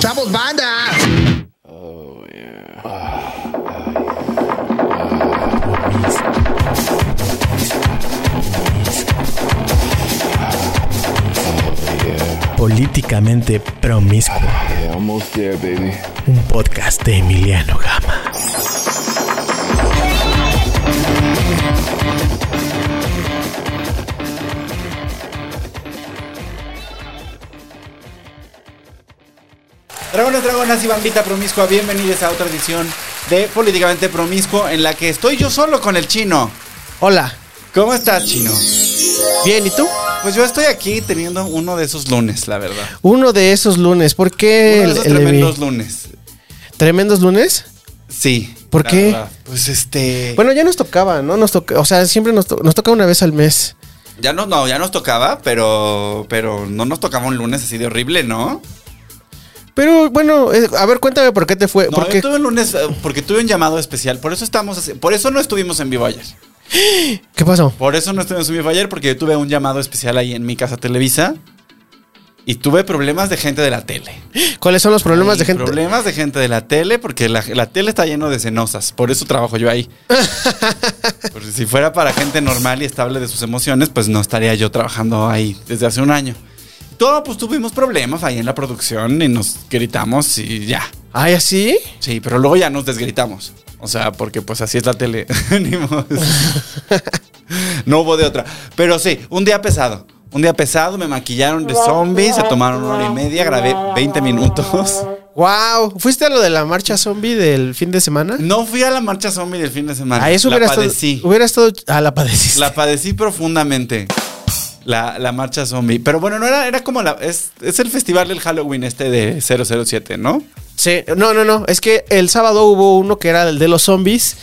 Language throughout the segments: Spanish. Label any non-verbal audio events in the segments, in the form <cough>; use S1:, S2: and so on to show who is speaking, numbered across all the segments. S1: ¡Chavos, banda!
S2: Políticamente promiscuo.
S3: Yeah, almost there, baby.
S2: Un podcast de Emiliano Gama.
S4: Dragones, dragonas y bandita promiscua, bienvenidos a otra edición de Políticamente Promiscuo en la que estoy yo solo con el chino.
S2: Hola.
S4: ¿Cómo estás, chino?
S2: Bien, ¿y tú?
S4: Pues yo estoy aquí teniendo uno de esos lunes, la verdad.
S2: Uno de esos lunes. ¿Por qué?
S4: Uno de esos
S2: el- el-
S4: tremendos lunes.
S2: ¿Tremendos lunes?
S4: Sí.
S2: ¿Por
S4: la
S2: qué?
S4: verdad. Pues este.
S2: Bueno, ya nos tocaba, ¿no? Nos toca, o sea, siempre nos, to- nos toca una vez al mes.
S4: Ya no, no, ya nos tocaba, pero. Pero no nos tocaba un lunes así de horrible, ¿no?
S2: Pero bueno, eh, a ver, cuéntame por qué te fue.
S4: No,
S2: ¿Por qué?
S4: yo tuve un lunes eh, porque tuve un llamado especial. Por eso estamos así- Por eso no estuvimos en vivo ayer.
S2: ¿Qué pasó?
S4: Por eso no estuvimos en vivo ayer, porque yo tuve un llamado especial ahí en mi casa Televisa. Y tuve problemas de gente de la tele.
S2: ¿Cuáles son los problemas
S4: Hay
S2: de gente?
S4: Problemas de gente de la tele, porque la, la tele está lleno de cenosas. Por eso trabajo yo
S2: <laughs>
S4: ahí. Porque si fuera para gente normal y estable de sus emociones, pues no estaría yo trabajando ahí desde hace un año. Todo, pues tuvimos problemas ahí en la producción y nos gritamos y ya.
S2: Ay, ¿así?
S4: Sí, pero luego ya nos desgritamos. O sea, porque pues así es la tele. <laughs>
S2: <laughs>
S4: Ni modo. no hubo de otra. Pero sí, un día pesado. Un día pesado, me maquillaron de zombie, se tomaron una hora y media, grabé 20 minutos.
S2: Wow. ¿Fuiste a lo de la marcha zombie del fin de semana?
S4: No fui a la marcha zombie del fin de semana.
S2: A Ah, eso
S4: la
S2: hubiera estado,
S4: padecí.
S2: hubiera estado. Ah, la padeciste.
S4: La padecí profundamente. La, la marcha zombie. Pero bueno, no era, era como la. Es, es el festival del Halloween este de 007, ¿no?
S2: <laughs> Sí, no, no, no. Es que el sábado hubo uno que era el de los zombies.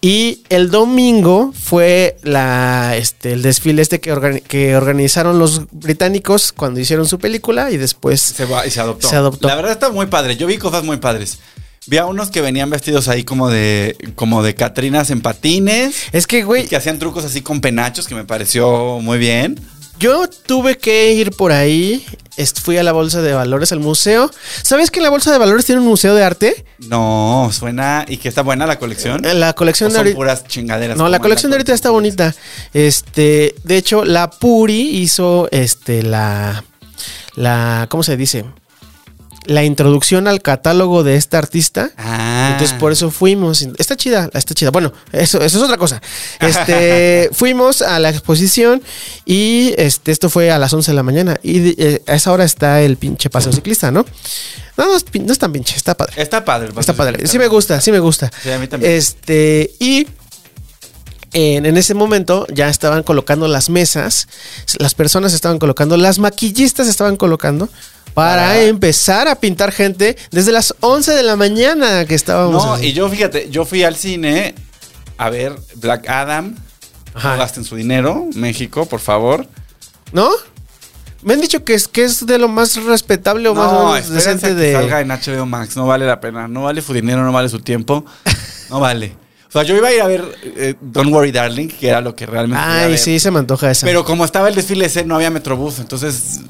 S2: Y el domingo fue la, este, el desfile este que, organi- que organizaron los británicos cuando hicieron su película y después...
S4: Se, va- y se adoptó.
S2: Se adoptó.
S4: La verdad está muy padre. Yo vi cosas muy padres. Vi a unos que venían vestidos ahí como de. como de Catrinas en patines.
S2: Es que,
S4: Y
S2: güey,
S4: que hacían trucos así con penachos, que me pareció muy bien.
S2: yo tuve que ir por ahí, est- fui a la Bolsa de Valores, al museo. ¿Sabes que en la Bolsa de Valores tiene un museo de arte?
S4: No, suena. ¿Y que está buena la colección?
S2: Eh, La colección
S4: ¿O
S2: de
S4: son
S2: ahorita...
S4: puras chingaderas.
S2: No,
S4: como
S2: la
S4: en
S2: colección de ahorita está bonita. Este, de hecho, la Puri hizo este la la ¿cómo se dice? La introducción al catálogo de esta artista.
S4: Ah.
S2: Entonces por eso fuimos. Está chida, está chida. Bueno, eso, eso es otra cosa. Este, fuimos a la exposición y este, esto fue a las 11 de la mañana. Y de- eh, a esa hora está el pinche paseo ciclista, ¿no? No, no es, pin- no es tan pinche, está padre.
S4: Está padre. el
S2: Está
S4: paseo
S2: padre.
S4: ciclista.
S2: Sí me gusta, sí me gusta.
S4: Sí, a mí también.
S2: Este, y en, en ese momento ya estaban colocando las mesas, las personas estaban colocando, las maquillistas estaban colocando para
S4: Ah.
S2: empezar a pintar gente desde las 11 de la mañana que estábamos.
S4: No,
S2: así.
S4: y yo fíjate, yo fui al cine a ver Black Adam.
S2: Ajá.
S4: No gasten su dinero, México, por favor.
S2: ¿No? Me han dicho que es, que es de lo más respetable o más o
S4: No,
S2: menos
S4: espérense
S2: decente
S4: que
S2: de.
S4: salga en HBO Max, no vale la pena. No vale su dinero, no vale su tiempo. No vale. O sea, yo iba a ir a ver eh, Don't Worry Darling, que era lo que realmente iba a
S2: Ay,
S4: ver.
S2: sí, se me antoja esa.
S4: Pero como estaba el desfile ese, no había Metrobús, entonces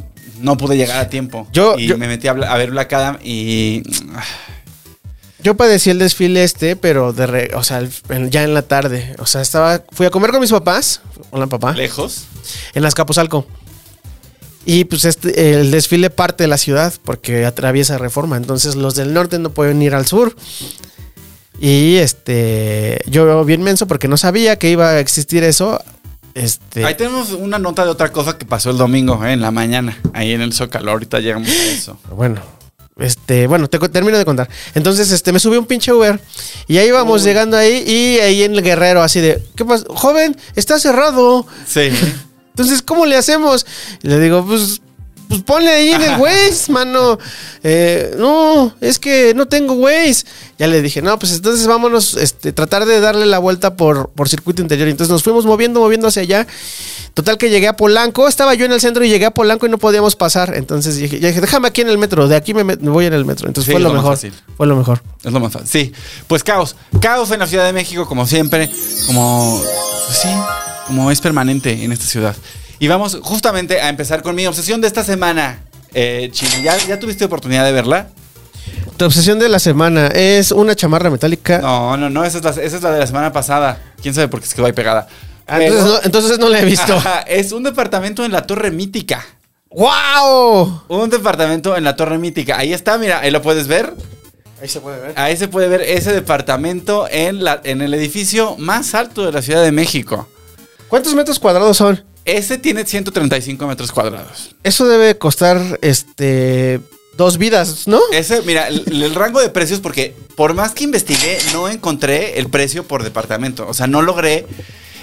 S4: no pude llegar a tiempo.
S2: Yo-
S4: y
S2: yo-
S4: me metí a, bla- a ver Black Adam y...
S2: Yo padecí el desfile este, pero de re- o sea, el- en- ya en la tarde. O sea, estaba. Fui a comer con mis papás. Hola, papá.
S4: Lejos.
S2: En las Capozalco. Y pues este, el desfile parte de la ciudad porque atraviesa reforma. Entonces los del norte no pueden ir al sur. Y este. Yo bien menso porque no sabía que iba a existir eso. Este.
S4: Ahí tenemos una nota de otra cosa que pasó el domingo, eh, en la mañana, ahí en el Zócalo. Ahorita llegamos a eso.
S2: Bueno. Este, bueno, te cu- termino de contar. Entonces, este, me subí a un pinche Uber y ahí vamos llegando ahí y ahí en el Guerrero así de, ¿qué pasa? Joven, está cerrado.
S4: Sí.
S2: Entonces, ¿cómo le hacemos? Y le digo, pues, pues ponle ahí en
S4: <laughs>
S2: el Waze, mano. Eh, no, es que no tengo Waze. Ya le dije, no, pues entonces vámonos, este, tratar de darle la vuelta por, por circuito interior. Entonces nos fuimos moviendo, moviendo hacia allá. Total que llegué a Polanco, estaba yo en el centro y llegué a Polanco y no podíamos pasar. Entonces dije, ya dije, déjame aquí en el metro, de aquí me, met- me voy en el metro. Entonces
S4: Sí,
S2: fue
S4: es
S2: lo,
S4: lo más
S2: mejor.
S4: fácil.
S2: Fue lo mejor.
S4: Es lo más fácil. Sí. Pues caos. Caos en la Ciudad de México, como siempre. Como. pues sí. Como es permanente en esta ciudad. Y vamos justamente a empezar con mi obsesión de esta semana. Eh, Chini, ¿ya, ya tuviste oportunidad de verla?
S2: Tu obsesión de la semana es una chamarra metálica.
S4: No, no, no. Esa es la, esa es la de la semana pasada. Quién sabe por qué se quedó ahí pegada.
S2: Ah, entonces,
S4: Pero-
S2: no entonces no la he visto.
S4: <laughs> Ajá, es un departamento en la Torre Mítica.
S2: ¡Wow!
S4: Un departamento en la Torre Mítica. Ahí está, mira, ahí lo puedes ver.
S2: Ahí se puede ver.
S4: Ahí se puede ver ese departamento en, la, en el edificio más alto de la Ciudad de México.
S2: ¿Cuántos metros cuadrados son?
S4: Ese tiene 135 metros cuadrados.
S2: Eso debe costar este dos vidas, ¿no?
S4: Ese, mira, el, el rango de precios, porque por más que investigué, no encontré el precio por departamento. O sea, no logré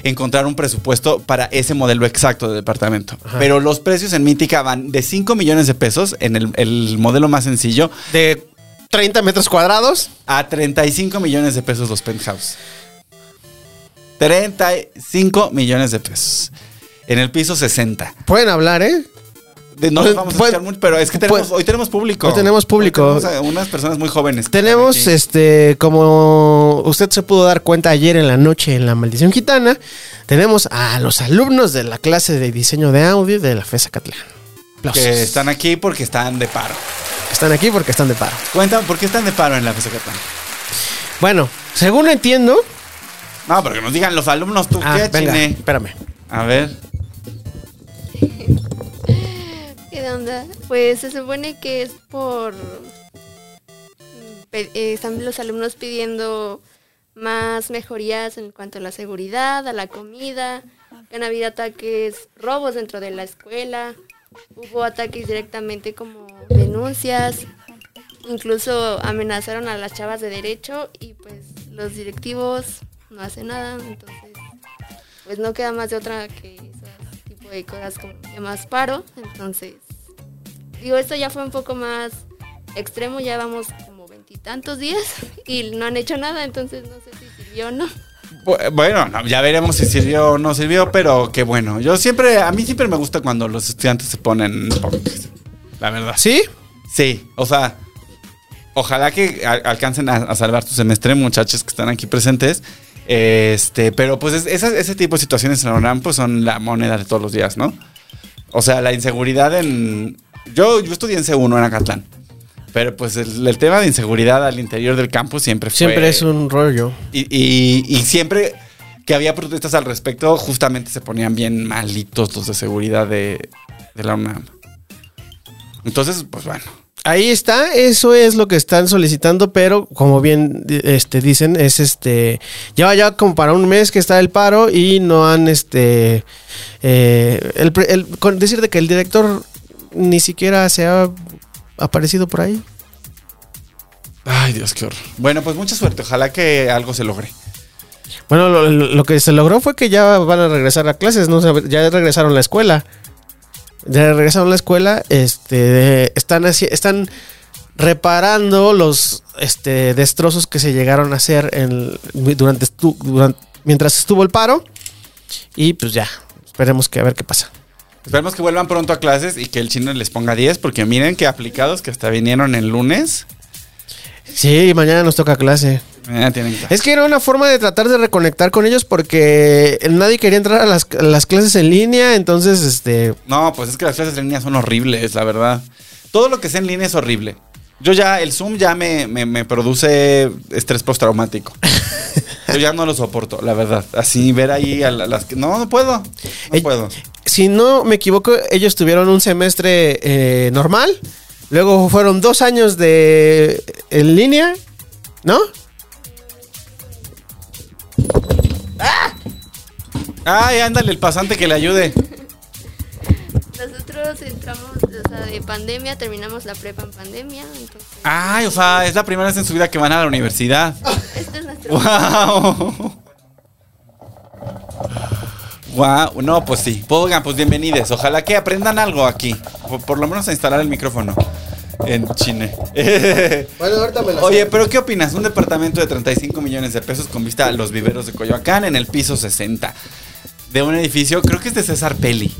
S4: encontrar un presupuesto para ese modelo exacto de departamento. Pero los precios en Mítica van de 5 millones de pesos en el, el modelo más sencillo
S2: De 30 metros cuadrados.
S4: a 35 millones de pesos los penthouse. 35 millones de pesos. En el piso 60.
S2: Pueden hablar, ¿eh?
S4: De- no
S2: Pues,
S4: nos vamos a
S2: pues,
S4: escuchar mucho, pero es que tenemos,
S2: pues,
S4: hoy tenemos público.
S2: hoy tenemos público.
S4: Hoy tenemos a unas personas muy jóvenes. que
S2: Tenemos,
S4: están aquí.
S2: este, como usted se pudo dar cuenta ayer en la noche en la maldición gitana, tenemos a los alumnos de la clase de diseño de audio de la FESA Catlán.
S4: que están aquí porque están de paro.
S2: Están aquí porque están de paro.
S4: Cuentan, ¿por qué están de paro en la FESA Catán?
S2: Bueno, según entiendo.
S4: No, pero que nos digan los alumnos, ¿tú
S2: Ah,
S4: qué,
S2: venga,
S4: Chine?
S2: espérame.
S4: A ver.
S5: ¿Qué onda? Pues se supone que es por... mm, pe- eh, están los alumnos pidiendo más mejorías en cuanto a la seguridad, a la comida. Han habido ataques, robos dentro de la escuela. Hubo ataques directamente como denuncias. Incluso amenazaron a las chavas de derecho y pues los directivos no hacen nada. Entonces pues no queda más de otra que ese tipo de cosas como que más paro. Entonces, digo, esto ya fue un poco más extremo, ya vamos como veintitantos días <laughs> y no han hecho nada, entonces no sé si sirvió o no.
S4: Bu- Bueno, no, ya veremos si sirvió o no sirvió, pero qué bueno. Yo siempre, a mí siempre me gusta cuando los estudiantes se ponen punk, La verdad.
S2: ¿Sí?
S4: Sí, o sea, ojalá que al- alcancen a, a salvar su semestre, muchachos que están aquí presentes. Este, pero pues es- esas- ese tipo de situaciones en la UNAM pues son la moneda de todos los días, ¿no? O sea, la inseguridad en... Yo, yo estudié en C1 en Acatlán, pero pues el, el tema de inseguridad al interior del campus siempre Pues fue...
S2: Siempre es un rollo.
S4: Y, y- y siempre que había protestas al respecto, justamente se ponían bien malitos los de seguridad de, de la UNAM. Entonces, pues bueno.
S2: Ahí está, eso es lo que están solicitando, pero como bien di- este, dicen, es este. Lleva ya como para un mes que está el paro y no han este. eh, el, pre- el- con decir de que el director ni siquiera se ha aparecido por ahí.
S4: Ay, Dios, qué horror. Bueno, pues mucha suerte. Ojalá que algo se logre.
S2: Bueno, lo, lo- lo que se logró fue que ya van a regresar a clases, ¿no? O sea, ya regresaron a la escuela. Ya regresaron a la escuela, este, de- están, haci- están reparando los este, destrozos que se llegaron a hacer en, durante, estu- duran- mientras estuvo el paro. Y pues ya, esperemos que a ver qué pasa.
S4: Esperemos que vuelvan pronto a clases y que el chino les ponga 10, porque miren que aplicados que hasta vinieron el lunes.
S2: Sí, mañana nos toca clase.
S4: Mañana Eh, tienen clases.
S2: Es que era una forma de tratar de reconectar con ellos porque nadie quería entrar a las, a las clases en línea, entonces, este,
S4: No, pues es que las clases en línea son horribles, la verdad. Todo lo que sea en línea es horrible. Yo ya, el Zoom ya me, me- me produce estrés postraumático. Yo ya no lo soporto, la verdad. Así ver ahí a la- las que. No, no puedo. No
S2: Ey,
S4: puedo.
S2: Si no me equivoco, ellos tuvieron un semestre eh, normal. Luego fueron dos años de en línea, ¿no?
S4: Ay, ándale, el pasante que le ayude.
S5: Nosotros entramos, o sea, de pandemia, terminamos la prepa en pandemia, entonces
S4: Ay, o sea, es la primera vez en su vida que van a la universidad.
S5: este es nuestro...
S4: Ah. ¡Wow! ¡Wow! No, pues sí. Oigan, pues bienvenidos. Ojalá que aprendan algo aquí. Por, por lo menos a instalar el micrófono en Chile.
S2: Bueno, ahorita me
S4: <laughs> Oye, pero ¿qué opinas? Un departamento de 35 millones de pesos con vista a los viveros de Coyoacán en el piso 60. de un edificio, creo que es de César Peli.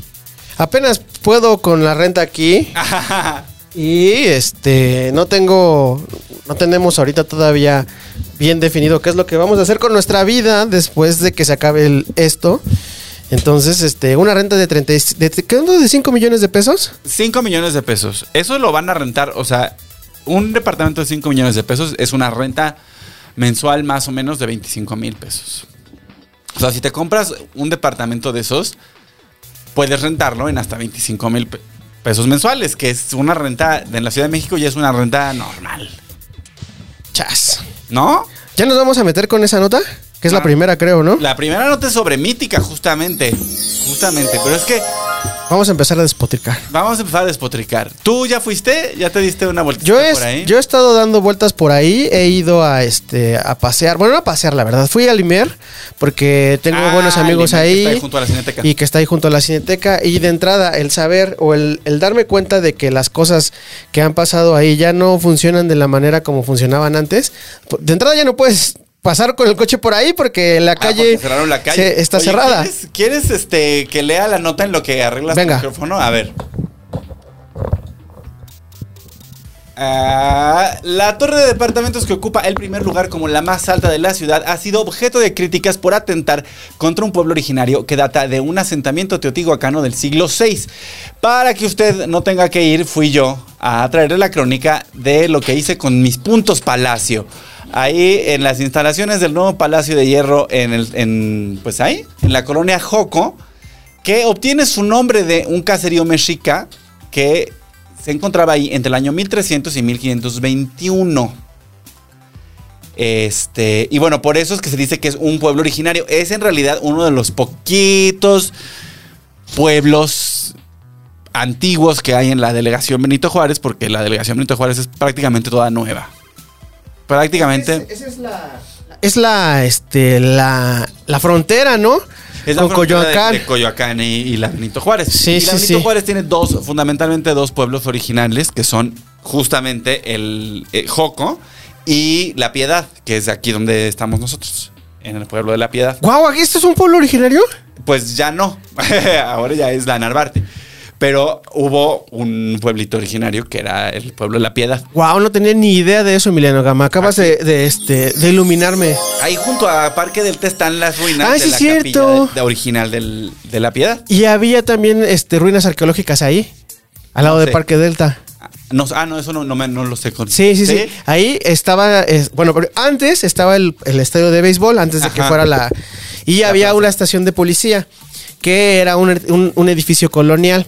S2: Apenas puedo con la renta aquí. Y este, no tengo, no tenemos ahorita todavía bien definido qué es lo que vamos a hacer con nuestra vida después de que se acabe el- esto. Entonces, este, una renta de 30, y- de, ¿qué onda? ¿De 5 millones de pesos?
S4: 5 millones de pesos. Eso lo van a rentar, o sea, un departamento de 5 millones de pesos es una renta mensual más o menos de 25 mil pesos. O sea, si te compras un departamento de esos, puedes rentarlo en hasta 25 mil pe- pesos mensuales, que es una renta, en la Ciudad de México ya es una renta normal,
S2: Chas.
S4: ¿no?
S2: ¿Ya nos vamos a meter con esa nota? Que es la
S4: Ah.
S2: primera, creo, ¿no?
S4: La primera nota es sobre Mítica, justamente. Justamente, pero es que
S2: Vamos a empezar a despotricar.
S4: vamos a empezar a despotricar. ¿Tú ya fuiste? ¿Ya te diste una vuelta
S2: Yo he,
S4: por ahí?
S2: yo he estado dando vueltas por ahí, he ido a este a pasear, bueno, no a pasear, la verdad, fui a Limer porque tengo
S4: Ah,
S2: buenos amigos
S4: Limer, que
S2: ahí
S4: está ahí junto a la Cineteca. Ah,
S2: y que está ahí junto a la Cineteca y de entrada el saber o el, el darme cuenta de que las cosas que han pasado ahí ya no funcionan de la manera como funcionaban antes, de entrada ya no puedes pasar con el coche por ahí porque la
S4: Ah,
S2: calle,
S4: porque cerraron la calle.
S2: se- está
S4: Oye,
S2: cerrada.
S4: ¿Quieres, quieres, este, que lea la nota en lo que arreglas
S2: Venga.
S4: tu micrófono? A ver. Ah, la torre de departamentos que ocupa el primer lugar como la más alta de la ciudad ha sido objeto de críticas por atentar contra un pueblo originario que data de un asentamiento teotihuacano del siglo VI. Para que usted no tenga que ir, fui yo a traerle la crónica de lo que hice con mis puntos palacio. Ahí en las instalaciones del nuevo Palacio de Hierro, en, el, en, pues ahí, en la colonia Joco, que obtiene su nombre de un caserío mexica que se encontraba ahí entre el año 1300 y 1521. Este, y bueno, por eso es que se dice que es un pueblo originario. Es en realidad uno de los poquitos pueblos antiguos que hay en la delegación Benito Juárez, porque la delegación Benito Juárez es prácticamente toda nueva. Prácticamente es,
S2: Es la este la, la frontera, ¿no?
S4: la
S2: Con
S4: frontera de-
S2: Coyoacán.
S4: De, Coyoacán y, y la Benito Juárez.
S2: Sí,
S4: y
S2: sí,
S4: la Benito
S2: sí.
S4: Juárez tiene dos, fundamentalmente dos pueblos originales, que son justamente el eh, Joco y La Piedad, que es aquí donde estamos nosotros, en el pueblo de La Piedad.
S2: Guau, ¿aquí esto es un pueblo originario?
S4: Pues ya no. <laughs> Ahora ya es la Narvarte. Pero hubo un pueblito originario que era el pueblo de la Piedad.
S2: Wow, no tenía ni idea de eso, Emiliano Gama. Acabas de, de, este, de iluminarme.
S4: Ahí junto a Parque del Té están las ruinas
S2: Ah,
S4: de
S2: sí,
S4: la
S2: cierto.
S4: capilla de- de original del- de la Piedad.
S2: Y había también este, ruinas arqueológicas ahí, al lado
S4: No
S2: de
S4: sé.
S2: Parque Delta.
S4: Ah, No, ah, no, eso no, no me- no lo sé. con-
S2: Sí, sí, sí, Ahí estaba, es- bueno, pero antes estaba el, el estadio de béisbol, antes de que
S4: Ajá.
S2: fuera la... Y había una estación de policía, que era un, un- un edificio colonial.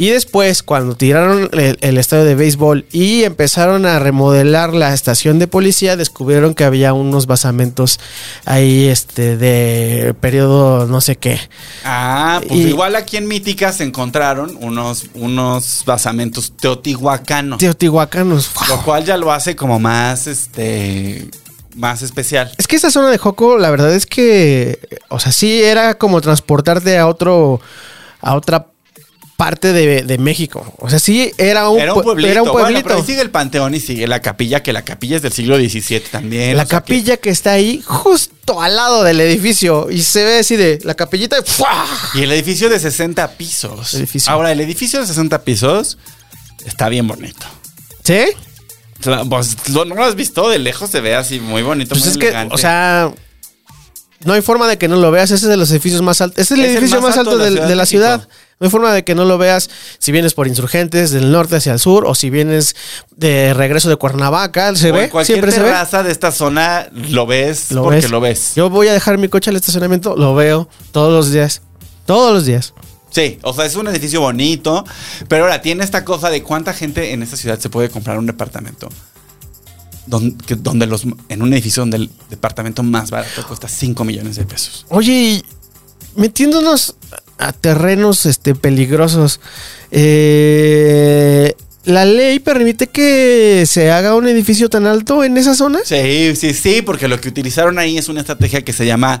S2: Y después, cuando tiraron el, el estadio de béisbol y empezaron a remodelar la estación de policía, descubrieron que había unos basamentos ahí, este, de periodo no sé qué.
S4: Ah, pues
S2: Y-
S4: igual aquí en Mítica se encontraron unos, unos basamentos teotihuacanos.
S2: Teotihuacanos. ¡guau!
S4: Lo cual ya lo hace como más, este, más especial.
S2: Es que esa zona de Joco, la verdad es que, o sea, sí era como transportarte a otro, a otra parte de, de México. O sea, sí era un,
S4: Era un
S2: pue-
S4: pueblito.
S2: Era un
S4: Bueno,
S2: pueblito.
S4: pero ahí sigue el panteón y sigue la capilla, que la capilla es del siglo XVII también.
S2: la
S4: o sea que-
S2: capilla que... está ahí justo al lado del edificio y se ve así de la capillita. y ¡fua!
S4: y el edificio de 60 pisos.
S2: Edificio.
S4: Ahora, el edificio de 60 pisos está bien bonito.
S2: ¿Sí?
S4: O sea, pues, lo- no lo has visto de lejos, se ve así muy bonito.
S2: Pues
S4: muy
S2: es que,
S4: elegante.
S2: o sea, no hay forma de que no lo veas. Ese es de los edificios más altos. Ese es el
S4: Es el
S2: edificio
S4: más
S2: más, alto,
S4: alto de
S2: del-
S4: la
S2: de la
S4: Ciudad de
S2: ciudad. No hay forma de que no lo veas si vienes por insurgentes del norte hacia el sur o si vienes de regreso de Cuernavaca. Se
S4: O en
S2: ve,
S4: cualquier
S2: siempre se ve.
S4: terraza de esta zona lo ves
S2: Lo
S4: porque
S2: ves.
S4: lo ves.
S2: Yo voy a dejar mi coche al estacionamiento, lo veo todos los días. Todos los días.
S4: Sí, o sea, es un edificio bonito, pero ahora tiene esta cosa de cuánta gente en esta ciudad se puede comprar un departamento. Don- que- Donde, los, en un edificio donde el departamento más barato cuesta 5 millones de pesos.
S2: Oye, y metiéndonos a terrenos este, peligrosos, eh, ¿la ley permite que se haga un edificio tan alto en esas zonas?
S4: Sí, sí, sí, porque lo que utilizaron ahí es una estrategia que se llama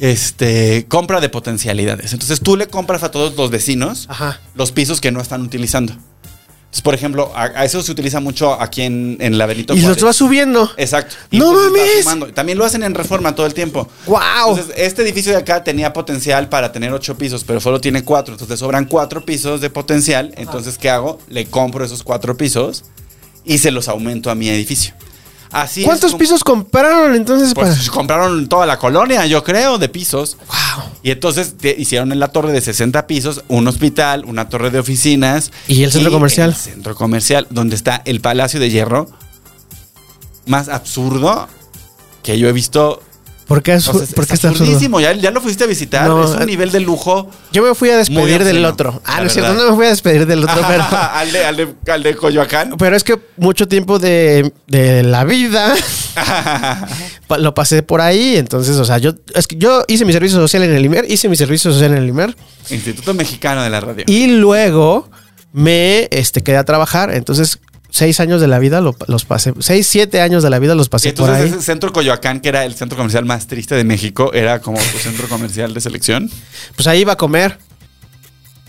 S4: este, compra de potencialidades. Entonces tú le compras a todos los vecinos
S2: Ajá.
S4: los pisos que no están utilizando. Entonces, por ejemplo, a, a eso se utiliza mucho aquí en, en la Benito
S2: Y los
S4: Juárez.
S2: va subiendo.
S4: Exacto.
S2: ¡No
S4: entonces va
S2: mames!
S4: sumando. También lo hacen en reforma todo el tiempo.
S2: ¡Guau!
S4: Entonces, este edificio de acá tenía potencial para tener ocho pisos, pero solo tiene cuatro. Entonces, sobran cuatro pisos de potencial. Entonces, ¿qué hago? Le compro esos cuatro pisos y se los aumento a mi edificio. Así es
S2: ¿Cuántos
S4: como-
S2: pisos compraron entonces para.?
S4: Pues compraron toda la colonia, yo creo, de pisos.
S2: ¡Wow!
S4: Y entonces te- hicieron en la torre de 60 pisos un hospital, una torre de oficinas.
S2: Y el centro comercial.
S4: El centro comercial, donde está el Palacio de Hierro. Más absurdo que yo he visto.
S2: ¿Por qué, es-
S4: O sea, es-
S2: por qué
S4: es
S2: está absurdo?
S4: absurdísimo. Ya, ya lo fuiste a visitar.
S2: No,
S4: es un
S2: eh,
S4: nivel de lujo.
S2: Yo me fui a
S4: Muy
S2: despedir
S4: obsceno,
S2: del otro. Ah,
S4: la
S2: no es cierto,
S4: verdad.
S2: no me fui a despedir del
S4: <laughs>
S2: otro, pero.
S4: al, de, al de- al de Coyoacán.
S2: Pero es que mucho tiempo de, de la
S4: <laughs>
S2: vida pa- lo pasé por ahí. Entonces, o sea, yo, es que yo hice mi servicio social en el IMER, hice mi servicio social en el IMER.
S4: Instituto Mexicano de la Radio.
S2: Y luego me este, quedé a trabajar. Entonces, seis años de la vida lo- los pasé. Seis, siete años de la vida los pasé por
S4: entonces
S2: ahí.
S4: ese centro Coyoacán, que era el centro comercial más triste de México, era como tu centro comercial de selección.
S2: Pues ahí iba a comer.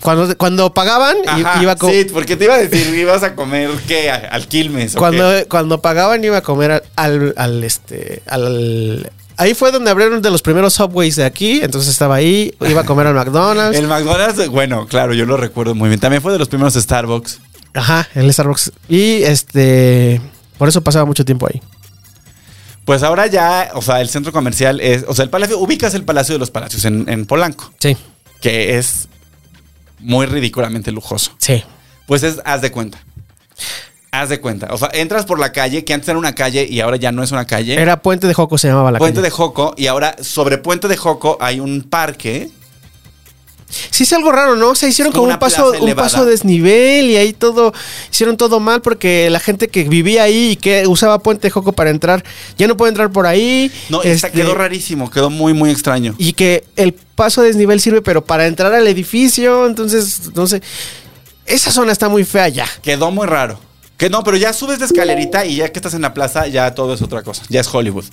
S2: Cuando, cuando pagaban, i-
S4: Ajá,
S2: iba a co-
S4: Sí, porque te iba a decir, ibas a comer qué, A- al Quilmes. o
S2: Cuando,
S4: qué?
S2: cuando pagaban, iba a comer al, al, al, este. Al, ahí fue donde abrieron de los primeros subways de aquí. Entonces estaba ahí, iba a comer al McDonald's.
S4: <laughs> El McDonald's, bueno, claro, yo lo recuerdo muy bien. También fue de los primeros Starbucks.
S2: Ajá, el Starbucks. Y este. Por eso pasaba mucho tiempo ahí.
S4: Pues ahora ya, o sea, el centro comercial es, o sea, el palacio, ubicas el Palacio de los Palacios en, en Polanco,
S2: Sí.
S4: que es muy ridículamente lujoso.
S2: Sí.
S4: Pues es, haz de cuenta. Haz de cuenta. O sea, entras por la calle, que antes era una calle y ahora ya no es una calle.
S2: Era Puente de Joco, se llamaba la
S4: Puente
S2: calle.
S4: de Joco y ahora sobre Puente de Joco hay un parque.
S2: Sí, es algo raro, ¿no? Se hicieron
S4: Es como
S2: como
S4: una
S2: un paso,
S4: plaza
S2: un
S4: elevada.
S2: paso a desnivel y ahí todo. Hicieron todo mal porque la gente que vivía ahí y que usaba Puente de Joco para entrar ya no puede entrar por ahí.
S4: No, está-
S2: Este,
S4: quedó rarísimo, quedó muy, muy extraño.
S2: Y que el paso a desnivel sirve, pero para entrar al edificio, entonces, no sé. Esa zona está muy fea ya.
S4: Quedó muy raro. Que no, pero ya subes de escalerita y ya que estás en la plaza, ya todo es otra cosa. Ya es Hollywood.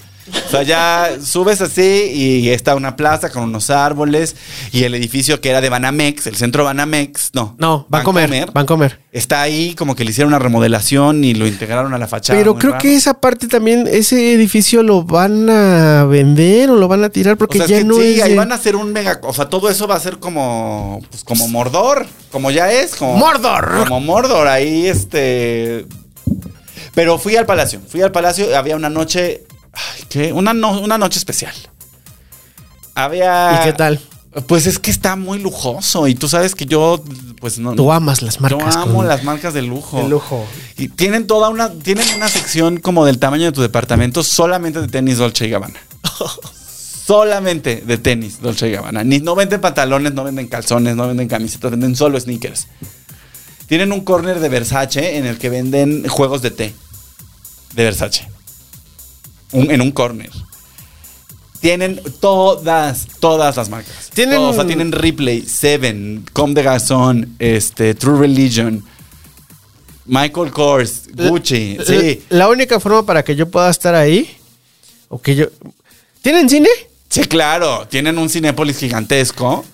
S4: O sea, ya subes así y está una plaza con unos árboles y el edificio que era de Banamex, el centro Banamex, no.
S2: No, van a comer.
S4: Bancomer,
S2: Van a comer.
S4: Está ahí como que le hicieron una remodelación y lo integraron a la fachada.
S2: Pero
S4: muy
S2: creo
S4: raro.
S2: que esa parte también, ese edificio lo van a vender o lo van a tirar
S4: O
S2: porque
S4: sea, es
S2: ya
S4: que
S2: no
S4: sí,
S2: es.
S4: ahí
S2: de-
S4: van a hacer un mega. O sea, todo eso va a ser como. Pues como Mordor. Como ya es. Como,
S2: ¡Mordor!
S4: Como Mordor, ahí este. Pero fui al palacio. Fui al palacio. Había una noche. ay, ¿Qué? Una, no- una noche especial. Había.
S2: ¿Y qué tal?
S4: Pues es que está muy lujoso. Y tú sabes que yo. Pues no.
S2: Tú amas las marcas.
S4: yo amo
S2: con-
S4: las marcas de lujo.
S2: de lujo.
S4: Y tienen toda una, tienen una sección como del tamaño de tu departamento solamente de tenis Dolce y Gabbana. solamente de tenis Dolce y Gabbana. Ni, no venden pantalones, no venden calzones, no venden camisetas, venden solo sneakers. Tienen un corner de Versace en el que venden juegos de té de Versace. Un- en un corner. Tienen todas, todas las marcas.
S2: Tienen-
S4: Todas, o sea, tienen Ripley, Seven, Comme de Garçon, este, True Religion, Michael Kors, Gucci.
S2: La-
S4: sí.
S2: La única forma para que yo pueda estar ahí o que yo. ¿Tienen cine?
S4: Sí, claro. Tienen un Cinépolis gigantesco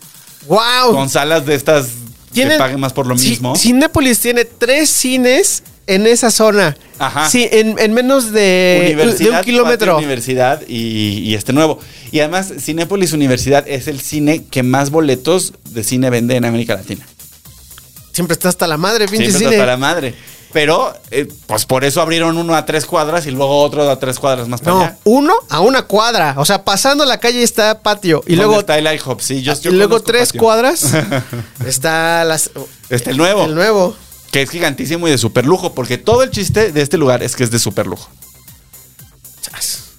S2: ¡Wow!
S4: con salas de estas que paguen más por lo
S2: Ci-
S4: mismo.
S2: Cinépolis tiene tres cines en esa zona.
S4: Ajá.
S2: Sí, en, en menos eh, de, de un
S4: Universidad, Patio
S2: kilómetro.
S4: Universidad y, y este nuevo. Y además, Cinépolis Universidad es el cine que más boletos de cine vende en América Latina.
S2: Siempre está hasta la madre, pinche
S4: Siempre está
S2: cine.
S4: hasta la madre. Pero, eh, pues por eso abrieron uno a tres cuadras y luego otro a tres cuadras más para
S2: No,
S4: allá.
S2: uno a una cuadra. O sea, pasando la calle está patio. Y
S4: ¿Dónde
S2: luego, Ah,
S4: está el IHOP, sí, yo, yo
S2: y luego
S4: conozco
S2: tres
S4: patio. <laughs>
S2: cuadras está las,
S4: Está el nuevo.
S2: El nuevo.
S4: Que es gigantísimo y de super lujo, porque todo el chiste de este lugar es que es de super lujo.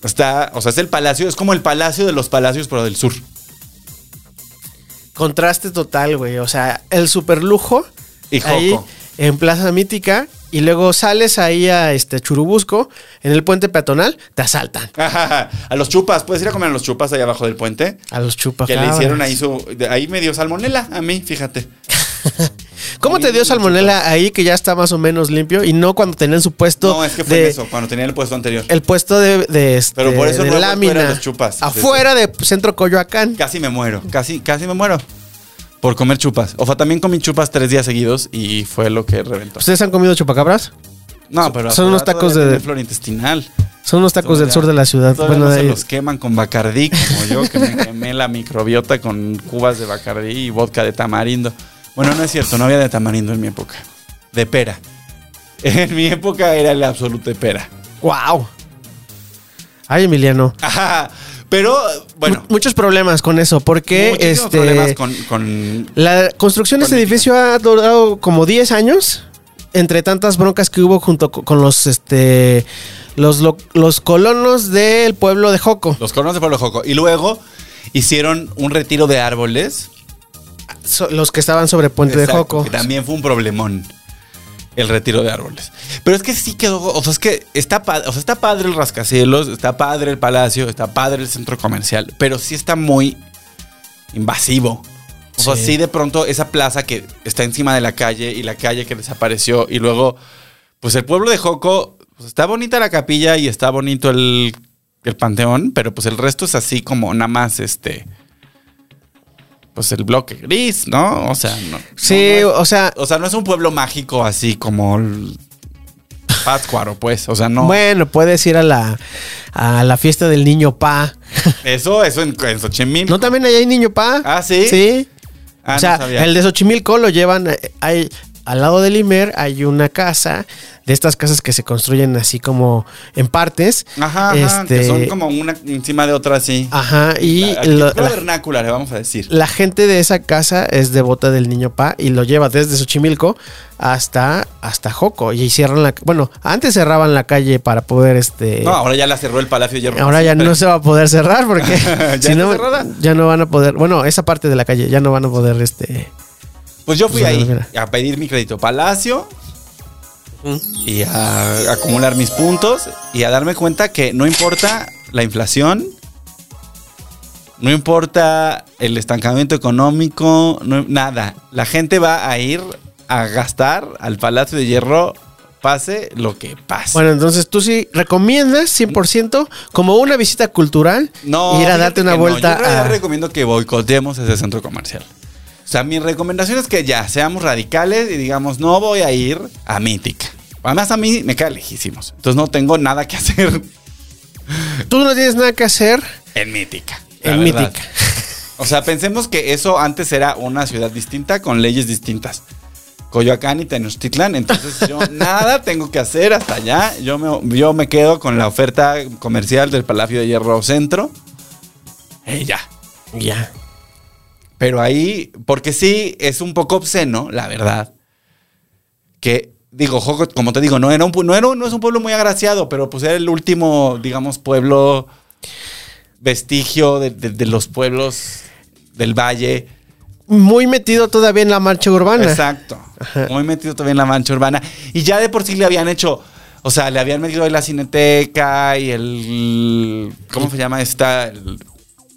S4: Está, o sea, es el palacio, es como el palacio de los palacios, pero del sur. <laughs>
S2: Contraste total, güey. O sea, el super lujo.
S4: Y Joco.
S2: ahí en Plaza Mítica. Y luego sales ahí a este Churubusco, en el puente peatonal, te asaltan.
S4: a los chupas, puedes ir a comer a los chupas ahí abajo del puente.
S2: A los
S4: Que
S2: chupacabras.
S4: le hicieron ahí su. de- Ahí me dio salmonela a mí, fíjate.
S2: ¿Cómo te dio salmonela ahí que ya está más o menos limpio y no cuando tenían su puesto
S4: No, es que fue
S2: de-
S4: en eso, cuando tenía el puesto anterior.
S2: el puesto de, de, este,
S4: Pero por eso
S2: de
S4: no fuera
S2: lámina
S4: los chupas.
S2: afuera de Centro Coyoacán?
S4: Casi me muero, casi, casi me muero. Por comer chupas. O sea, también comí chupas tres días seguidos y fue lo que reventó.
S2: ¿Ustedes han comido chupacabras?
S4: no, pero
S2: Pues, son unos
S4: afuera
S2: tacos
S4: todavía
S2: de-
S4: tiene flora intestinal.
S2: Son unos tacos del
S4: Todavía-
S2: sur de la ciudad.
S4: todavía
S2: Bueno,
S4: no
S2: de
S4: se
S2: ahí.
S4: los queman con Bacardí, como yo, que me quemé la microbiota con cubas de Bacardí y vodka de tamarindo. Bueno, no es cierto, no había de tamarindo en mi época. De pera. <laughs> En mi época era el absoluto de pera.
S2: ¡Wow! Ay, Emiliano.
S4: Ajá. Pero, bueno,
S2: Mu- muchos problemas con eso, porque
S4: muchísimos
S2: Mm, este,
S4: problemas con, con-
S2: la construcción de este
S4: con-
S2: edificio ha durado como 10 años, entre tantas broncas que hubo junto co- con los, este, los, lo- los colonos del pueblo de Joco.
S4: los colonos de Pueblo Joco. Y luego hicieron un retiro de árboles.
S2: So- los que estaban sobre Puente de
S4: Exacto,
S2: Joco.
S4: Que también fue un problemón. El retiro de árboles. Pero es que sí quedó. O sea, es que está, pa- o sea, está padre el rascacielos, está padre el palacio, está padre el centro comercial. Pero sí está muy invasivo. O sea,
S2: Sí.
S4: sí de pronto esa plaza que está encima de la calle y la calle que desapareció. Y luego, pues el pueblo de Joco, pues, está bonita la capilla y está bonito el, el panteón, pero pues el resto es así como nada más este. Pues el bloque gris, ¿no? O sea, no.
S2: Sí,
S4: no, no es-
S2: o sea,
S4: o sea, no es un pueblo mágico así como el Pátzcuaro, pues. O sea, no.
S2: bueno, puedes ir a la, a la fiesta del niño Pa.
S4: Eso, eso en, en Xochimilco.
S2: ¿No también allá hay niño Pa?
S4: Ah, ¿sí?
S2: Sí.
S4: Ah,
S2: o
S4: no
S2: sea,
S4: sabía.
S2: el de Xochimilco lo llevan. eh, Hay, al lado del Imer hay una casa, de estas casas que se construyen así como en partes.
S4: Ajá, ajá, que
S2: Este,
S4: son como una encima de otra así.
S2: Ajá, y
S4: la,
S2: lo-
S4: arquitectura
S2: la-
S4: vernácula, le vamos a decir.
S2: la gente de esa casa es devota del niño Pa y lo lleva desde Xochimilco hasta, hasta Joco. Y cierran la. Bueno, antes cerraban la calle para poder este.
S4: no, ahora ya la cerró el Palacio de Hierro.
S2: Ahora ya
S4: Siempre.
S2: no se va a poder cerrar porque <laughs>
S4: <laughs> ¿Ya
S2: si
S4: está
S2: no,
S4: cerrada?
S2: ya no van a poder, bueno, esa parte de la calle ya no van a poder este
S4: Pues yo fui
S2: Pues,
S4: ahí
S2: mira.
S4: a pedir mi crédito Palacio y a acumular mis puntos y a darme cuenta que no importa la inflación, no importa el estancamiento económico, no- nada. La gente va a ir a gastar al Palacio de Hierro, pase lo que pase.
S2: Bueno, entonces tú sí recomiendas 100% como una visita cultural ir a
S4: fíjate
S2: darte
S4: que
S2: una
S4: no.
S2: vuelta
S4: Yo en realidad
S2: a-
S4: recomiendo que boicoteemos ese centro comercial. O sea, mi recomendación es que ya seamos radicales y digamos, no voy a ir a Mítica. Además, a mí me queda lejísimos. Entonces, no tengo nada que <laughs> hacer
S2: Tú no tienes nada que hacer
S4: en Mítica. la
S2: en
S4: verdad.
S2: Mítica.
S4: O sea, pensemos que eso antes era una ciudad distinta con leyes distintas. Coyoacán y Tenochtitlan. Entonces,
S2: <laughs>
S4: yo nada tengo que hacer hasta allá. Yo me, yo me quedo con la oferta comercial del Palacio de Hierro Centro. Y ya.
S2: Ya.
S4: Pero ahí, porque sí, es un poco obsceno, la verdad. Que, digo, Joco, como te digo, no, era un, pu- no, era, un- no es un pueblo muy agraciado, pero pues era el último, digamos, pueblo vestigio de, de- de los pueblos del valle.
S2: Muy metido todavía en la marcha urbana.
S4: Exacto. Muy metido todavía en la mancha urbana. Y ya de por sí le habían hecho, o sea, le habían metido ahí la cineteca y el, ¿cómo se llama esta? El-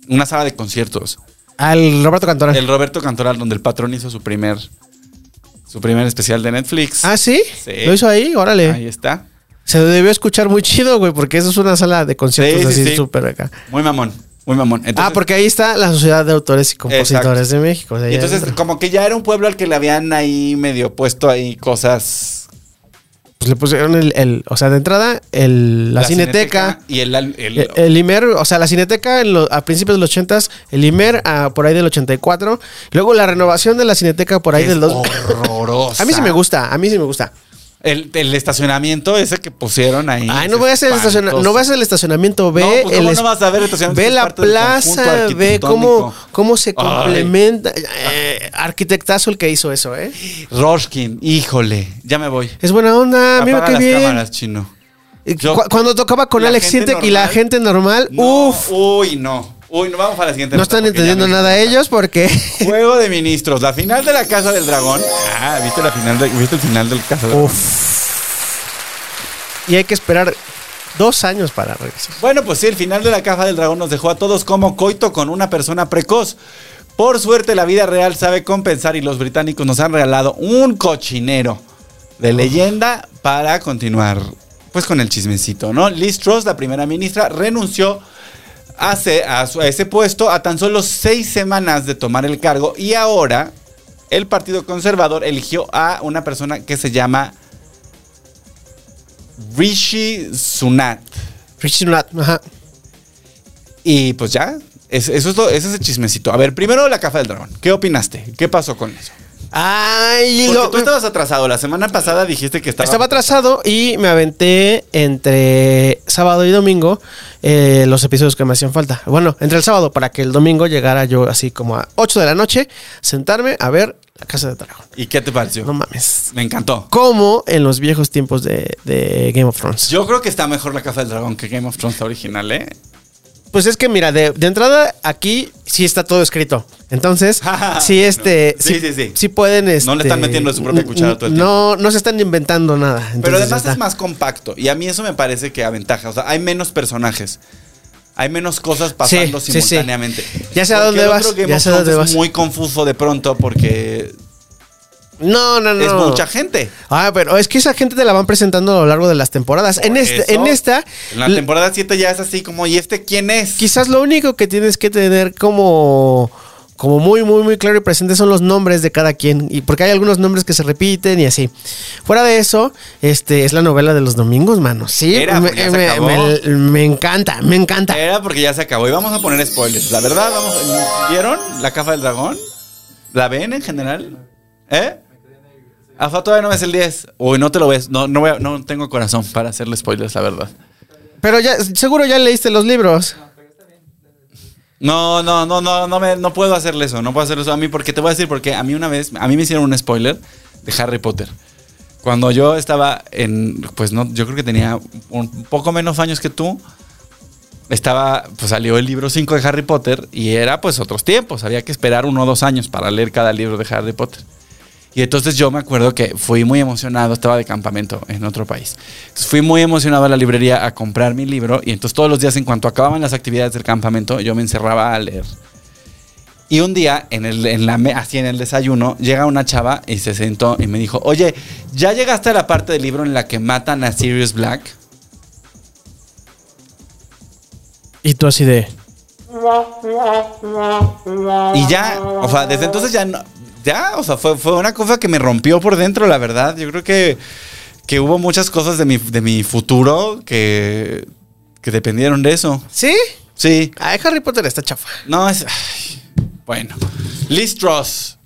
S4: una sala de conciertos.
S2: Al Roberto Cantoral.
S4: El Roberto Cantoral, donde el patrón hizo su primer su primer especial de Netflix.
S2: Ah, ¿sí?
S4: Sí.
S2: Lo hizo ahí, órale.
S4: Ahí está.
S2: Se debió escuchar muy chido, güey, porque eso es una sala de conciertos
S4: Sí, sí,
S2: así
S4: sí.
S2: súper acá.
S4: Muy mamón, muy mamón. Entonces-
S2: ah, porque ahí está la Sociedad de Autores y Compositores
S4: Exacto.
S2: de México. o sea,
S4: y
S2: ya
S4: entonces
S2: entra.
S4: como que ya era un pueblo al que le habían ahí medio puesto ahí cosas
S2: Pues le pusieron el, el- o sea, de entrada, el, la, cineteca. Eh,
S4: y el, al- el-
S2: El, el Imer, o sea, la Cineteca en lo- a principios de los 80s, el Imer a, por ahí del 84, luego la renovación de la Cineteca por ahí
S4: es
S2: del 2. <laughs>
S4: horrorosa.
S2: A mí sí me gusta, a mí sí me gusta.
S4: El, el estacionamiento ese que pusieron ahí.
S2: Ay, no voy a hacer el estacionamiento, no voy a hacer el estacionamiento, ve
S4: No, pues,
S2: el
S4: ¿cómo
S2: es-
S4: no vas a ver el estacionamiento?
S2: Ve
S4: Es
S2: la
S4: parte del conjunto
S2: plaza, ve cómo,
S4: arquitectónico.
S2: cómo se
S4: Ay.
S2: complementa. Eh, arquitectazo el que hizo eso, ¿eh?
S4: Roshkin, híjole, ya me voy.
S2: Es buena onda, mira
S4: Apaga
S2: qué
S4: las
S2: bien.
S4: cámaras, chino.
S2: Eh,
S4: Yo-
S2: cu- cuando tocaba con
S4: la
S2: Alex
S4: gente
S2: Sintek y la
S4: normal-
S2: gente normal,
S4: No,
S2: uff,
S4: Uy, no. Uy, no vamos a la siguiente.
S2: no
S4: nota,
S2: están
S4: porque ya
S2: entendiendo
S4: me-
S2: nada ellos porque...
S4: <laughs> Juego de ministros, la final de la Casa del Dragón. Ah, ¿viste, la final de- ¿viste el final del Casa del Dragón?
S2: Y hay que esperar dos años para regresar.
S4: Bueno, pues sí, el final de la Casa del Dragón nos dejó a todos como coito con una persona precoz. Por suerte, la vida real sabe compensar y los británicos nos han regalado un cochinero de leyenda para continuar pues con el chismecito, ¿no? Liz Truss, la primera ministra, renunció hace a, su- a ese puesto a tan solo seis semanas de tomar el cargo y ahora el Partido Conservador eligió a una persona que se llama Rishi Sunat.
S2: Richie Nat, ajá.
S4: Y pues ya, es- eso es lo- ese es el chismecito. A ver, primero la caja del dragón. ¿Qué opinaste? ¿Qué pasó con eso?
S2: Ay,
S4: Porque
S2: lo-
S4: tú estabas atrasado. La semana pasada dijiste que estaba...
S2: Estaba atrasado y me aventé entre sábado y domingo eh, los episodios que me hacían falta. Bueno, entre el sábado para que el domingo llegara yo así como a 8 de la noche, sentarme a ver La Casa de Dragón.
S4: ¿Y qué te pareció?
S2: No mames.
S4: Me encantó.
S2: Como en los viejos tiempos de, de Game of Thrones.
S4: Yo creo que está mejor la Casa del Dragón que Game of Thrones la original, ¿eh?
S2: Pues es que mira, de, de entrada aquí sí está todo escrito.
S4: <laughs>
S2: Entonces, sí, este,
S4: Sí, sí, sí.
S2: pueden...
S4: No le
S2: este,
S4: están metiendo su propia cuchara todo el
S2: No, no se están inventando nada.
S4: Pero
S2: Entonces
S4: además
S2: está-
S4: es más compacto. Y a mí eso me parece que aventaja. O sea, hay menos personajes. Hay menos cosas pasando
S2: Sí, sí, sí.
S4: simultáneamente.
S2: Ya sé a
S4: Porque
S2: dónde
S4: el
S2: vas,
S4: otro Game
S2: ya
S4: of
S2: sé a
S4: Thrones
S2: dónde
S4: Es
S2: vas.
S4: muy confuso de pronto porque
S2: No, no, no.
S4: es mucha gente.
S2: Ah, pero es que esa gente te la van presentando a lo largo de las temporadas. En, este-
S4: Eso,
S2: en esta,
S4: En la
S2: l-
S4: temporada 7 ya es así como, ¿y este quién es?
S2: quizás lo único que tienes que tener como, como muy, muy, muy claro y presente son los nombres de cada quien. Y porque hay algunos nombres que se repiten y así. Fuera de eso, este es la novela de los domingos, mano. Sí,
S4: Era,
S2: me,
S4: pues, ya se
S2: me-
S4: acabó. Eh.
S2: me- me encanta, me encanta.
S4: Era porque ya se acabó. Y vamos a poner spoilers. La verdad, vamos. ¿Vieron la caja del dragón? ¿La ven en general? ¿Eh? Afa todavía no ves el 10. Uy, no te lo ves. No, no, voy a- no tengo corazón para hacerle spoilers, la verdad.
S2: Pero ya, seguro ya leíste los libros.
S4: No, no, no, no, no, me, no puedo hacerle eso, no puedo hacerle eso a mí porque te voy a decir porque a mí una vez, a mí me hicieron un spoiler de Harry Potter. Cuando yo estaba en, pues no, yo creo que tenía un poco menos años que tú, estaba, pues salió el libro 5 de Harry Potter y era pues otros tiempos, había que esperar uno o dos años para leer cada libro de Harry Potter. Y entonces yo me acuerdo que fui muy emocionado, estaba de campamento en otro país. Entonces fui muy emocionado a la librería a comprar mi libro y entonces todos los días en cuanto acababan las actividades del campamento yo me encerraba a leer. Y un día, en el, en la, me- así en el desayuno, llega una chava y se sentó y me dijo, oye, ¿ya llegaste a la parte del libro en la que matan a Sirius Black?
S2: Y tú así de.
S4: Y ya, o sea, desde entonces ya no- Ya, o sea, fue, fue una cosa que me rompió por dentro, la verdad. Yo creo que, que hubo muchas cosas de mi, de mi futuro que, que dependieron de eso.
S2: ¿Sí?
S4: Sí.
S2: Ay, Harry Potter está chafa.
S4: No, es. ay, bueno. Liz Truss.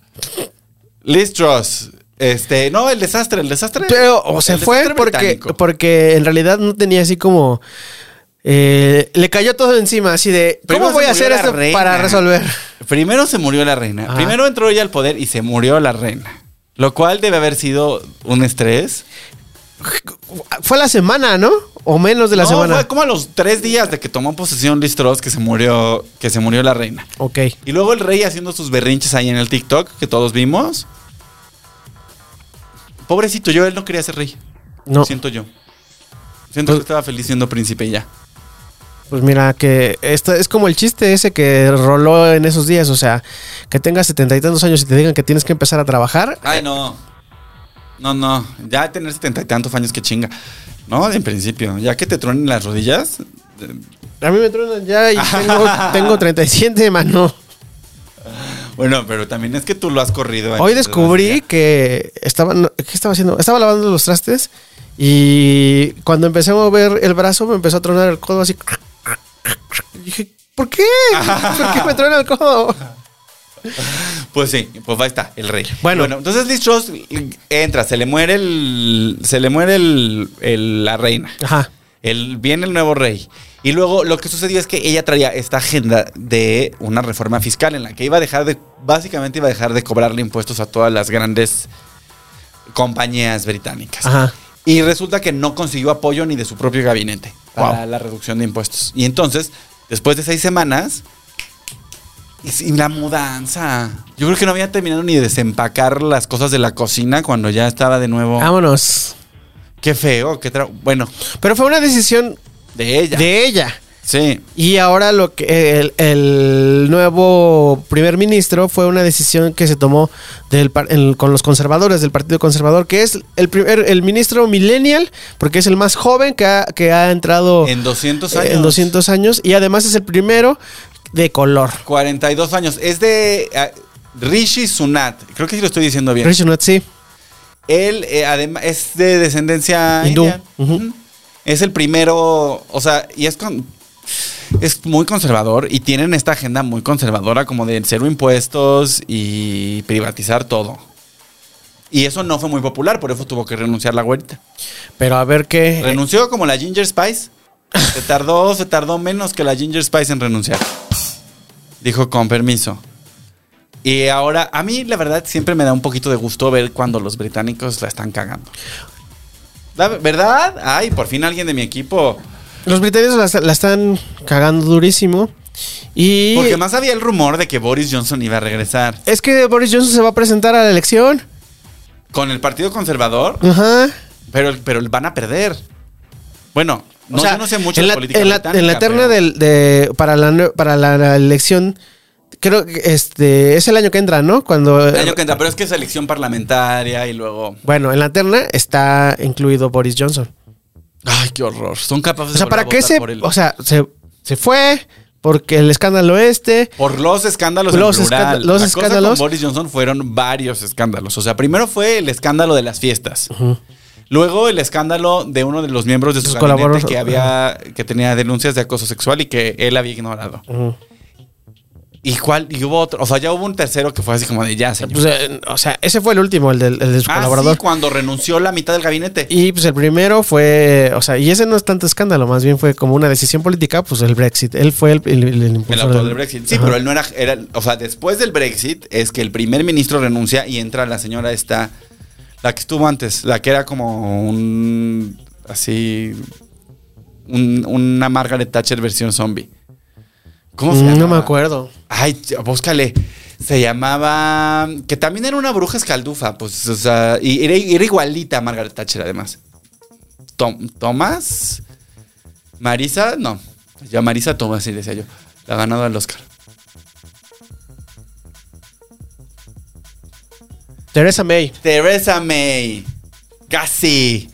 S4: Liz Truss. Este, no, el desastre, el desastre.
S2: Pero, eh, o se
S4: el
S2: fue
S4: desastre
S2: porque,
S4: británico.
S2: porque en realidad no tenía así como. eh, le cayó todo encima, así de.
S4: Primero
S2: ¿Cómo voy
S4: se
S2: a hacer
S4: murió la
S2: esto
S4: reina.
S2: para resolver?
S4: Primero se murió la reina.
S2: Ajá.
S4: Primero entró ella al poder y se murió la reina. Lo cual debe haber sido un estrés.
S2: Fue la semana, ¿no? O menos de la
S4: no,
S2: semana.
S4: fue como a los tres días de que tomó posesión Liz Truss que se murió, que se murió la reina.
S2: Ok.
S4: Y luego el rey haciendo sus berrinches ahí en el TikTok que todos vimos. Pobrecito, yo él no quería ser rey.
S2: No.
S4: Siento yo. Siento que estaba feliz siendo príncipe y ya.
S2: Pues mira, que esto es como el chiste ese que roló en esos días. O sea, que tengas setenta y tantos años y te digan que tienes que empezar a trabajar.
S4: Ay, no. No, no. Ya tener setenta y tantos años que chinga. No, en principio. Ya que te truenen las rodillas. eh,
S2: A mí me truenan ya
S4: <laughs>
S2: y tengo, tengo 37, mano.
S4: Bueno, pero también es que tú lo has corrido.
S2: Hoy
S4: entonces,
S2: descubrí
S4: ya.
S2: que estaba, no, ¿qué estaba haciendo? Estaba lavando los trastes y cuando empecé a mover el brazo me empezó a tronar el codo así. Y dije, ¿por qué? ¿Por qué me truena el codo?
S4: Pues sí, pues ahí está, el rey.
S2: Bueno.
S4: entonces Liz Truss entra, se le muere el. Se le muere el, el- la reina.
S2: Ajá.
S4: El, viene el nuevo rey. Y luego lo que sucedió es que ella traía esta agenda de una reforma fiscal en la que iba a dejar de. Básicamente iba a dejar de cobrarle impuestos a todas las grandes compañías británicas.
S2: Ajá.
S4: Y resulta que no consiguió apoyo ni de su propio gabinete para la reducción de impuestos. Y entonces, después de seis semanas, y sí, la mudanza. Yo creo que no había terminado ni de desempacar las cosas de la cocina cuando ya estaba de nuevo.
S2: Ah. Vámonos.
S4: Qué feo, qué tra- Bueno,
S2: Pero fue una decisión
S4: de ella.
S2: de ella.
S4: Sí.
S2: Y ahora lo que el, el nuevo primer ministro fue una decisión que se tomó del par- el- con los conservadores del Partido Conservador, que es el primer el ministro millennial, porque es el más joven que ha, que ha entrado
S4: En 200
S2: eh,
S4: años.
S2: en 200 años, y además es el primero de color.
S4: 42 años. Es de ah, Rishi Sunat. Creo que sí lo estoy diciendo bien.
S2: Rishi Sunak, sí.
S4: Él además es de descendencia
S2: Hindú.
S4: india.
S2: Ujú.
S4: Ujú. Es el primero, o sea, y es con es muy conservador y tienen esta agenda muy conservadora como de cero impuestos y privatizar todo. Y eso no fue muy popular, por eso tuvo que renunciar la güerita.
S2: Pero a ver qué.
S4: Renunció como la Ginger Spice. Se tardó, se tardó menos que la Ginger Spice en renunciar. Dijo con permiso. Y ahora, a mí la verdad siempre me da un poquito de gusto ver cuando los británicos la están cagando. La ve- verdad, ay, por fin alguien de mi equipo.
S2: Los británicos la, la están cagando durísimo. Y.
S4: Porque más había el rumor de que Boris Johnson iba a regresar.
S2: Es que Boris Johnson se va a presentar a la elección.
S4: Con el Partido Conservador,
S2: Ajá.
S4: pero, pero van a perder. Bueno,
S2: O
S4: no,
S2: sea,
S4: yo no sé mucho
S2: en
S4: de
S2: la,
S4: política
S2: en la-
S4: británica,
S2: en la terna
S4: pero-
S2: del- de, para, la, nue- para la, la elección, creo que este, es el año que entra, ¿no? Cuando,
S4: El año que entra, pero es que es elección parlamentaria y luego...
S2: Bueno, en la terna está incluido Boris Johnson.
S4: Ay, qué horror. Son capaces
S2: O sea,
S4: de
S2: ¿para
S4: volver a
S2: qué se...?
S4: votar Por, el-
S2: O sea, se, se fue porque el escándalo este...
S4: por los escándalos
S2: Los
S4: en plural.
S2: escándalos- los
S4: La cosa con
S2: escándalos.
S4: Boris Johnson fueron varios escándalos. O sea, primero fue el escándalo de las fiestas. Luego el escándalo de uno de los miembros de su
S2: Sus
S4: gabinete
S2: colaboradores.
S4: que había que tenía denuncias de acoso sexual y que él había ignorado.
S2: Ujú.
S4: ¿Y cuál? Y hubo otro, o sea, ya hubo un tercero que fue así como de ya, señor.
S2: Pues, eh, o sea, ese fue el último, el del, el de su
S4: Ah, sí,
S2: colaborador.
S4: cuando renunció la mitad del gabinete.
S2: Y pues el primero fue, o sea, y ese no es tanto escándalo, más bien fue como una decisión política, pues el Brexit. Él fue el, el, el
S4: El
S2: impulsor
S4: autor del Brexit. Sí,
S2: Ajá.
S4: pero él no era, era- O sea, después del Brexit es que el primer ministro renuncia y entra la señora esta. La que estuvo antes. La que era como un. Así. un- una Margaret Thatcher versión zombie. ¿Cómo se
S2: Mm,
S4: llama?
S2: No me acuerdo.
S4: Ay, ch- búscale. Se llamaba. Que también era una bruja escaldufa. Pues, o sea. Y era, era igualita a Margaret Thatcher, además. Tom- ¿Tomás? ¿Marisa? No. Ya Marisa Tomás, sí, decía yo. La ganadora del Oscar.
S2: Teresa May.
S4: Teresa May. Casi.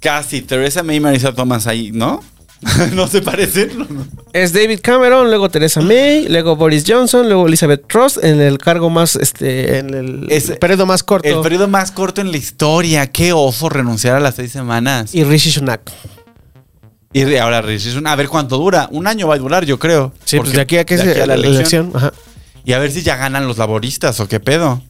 S4: Casi. Teresa May y Marisa Tomás ahí, ¿no? <laughs> no se parecen. ¿no?
S2: Es David Cameron, luego Teresa May, luego Boris Johnson, luego Elizabeth Truss en el cargo más, este, en el
S4: Es-
S2: periodo más corto.
S4: El periodo más corto en la historia. Qué oso renunciar a las seis semanas.
S2: y Rishi Sunak.
S4: Y re- ahora Rishi Sunak, a ver cuánto dura. Un año va a durar, yo creo.
S2: Sí,
S4: Porque
S2: pues de aquí a que
S4: de
S2: se-
S4: aquí a
S2: la elección. Ajá.
S4: Y a ver si ya ganan los laboristas o qué pedo.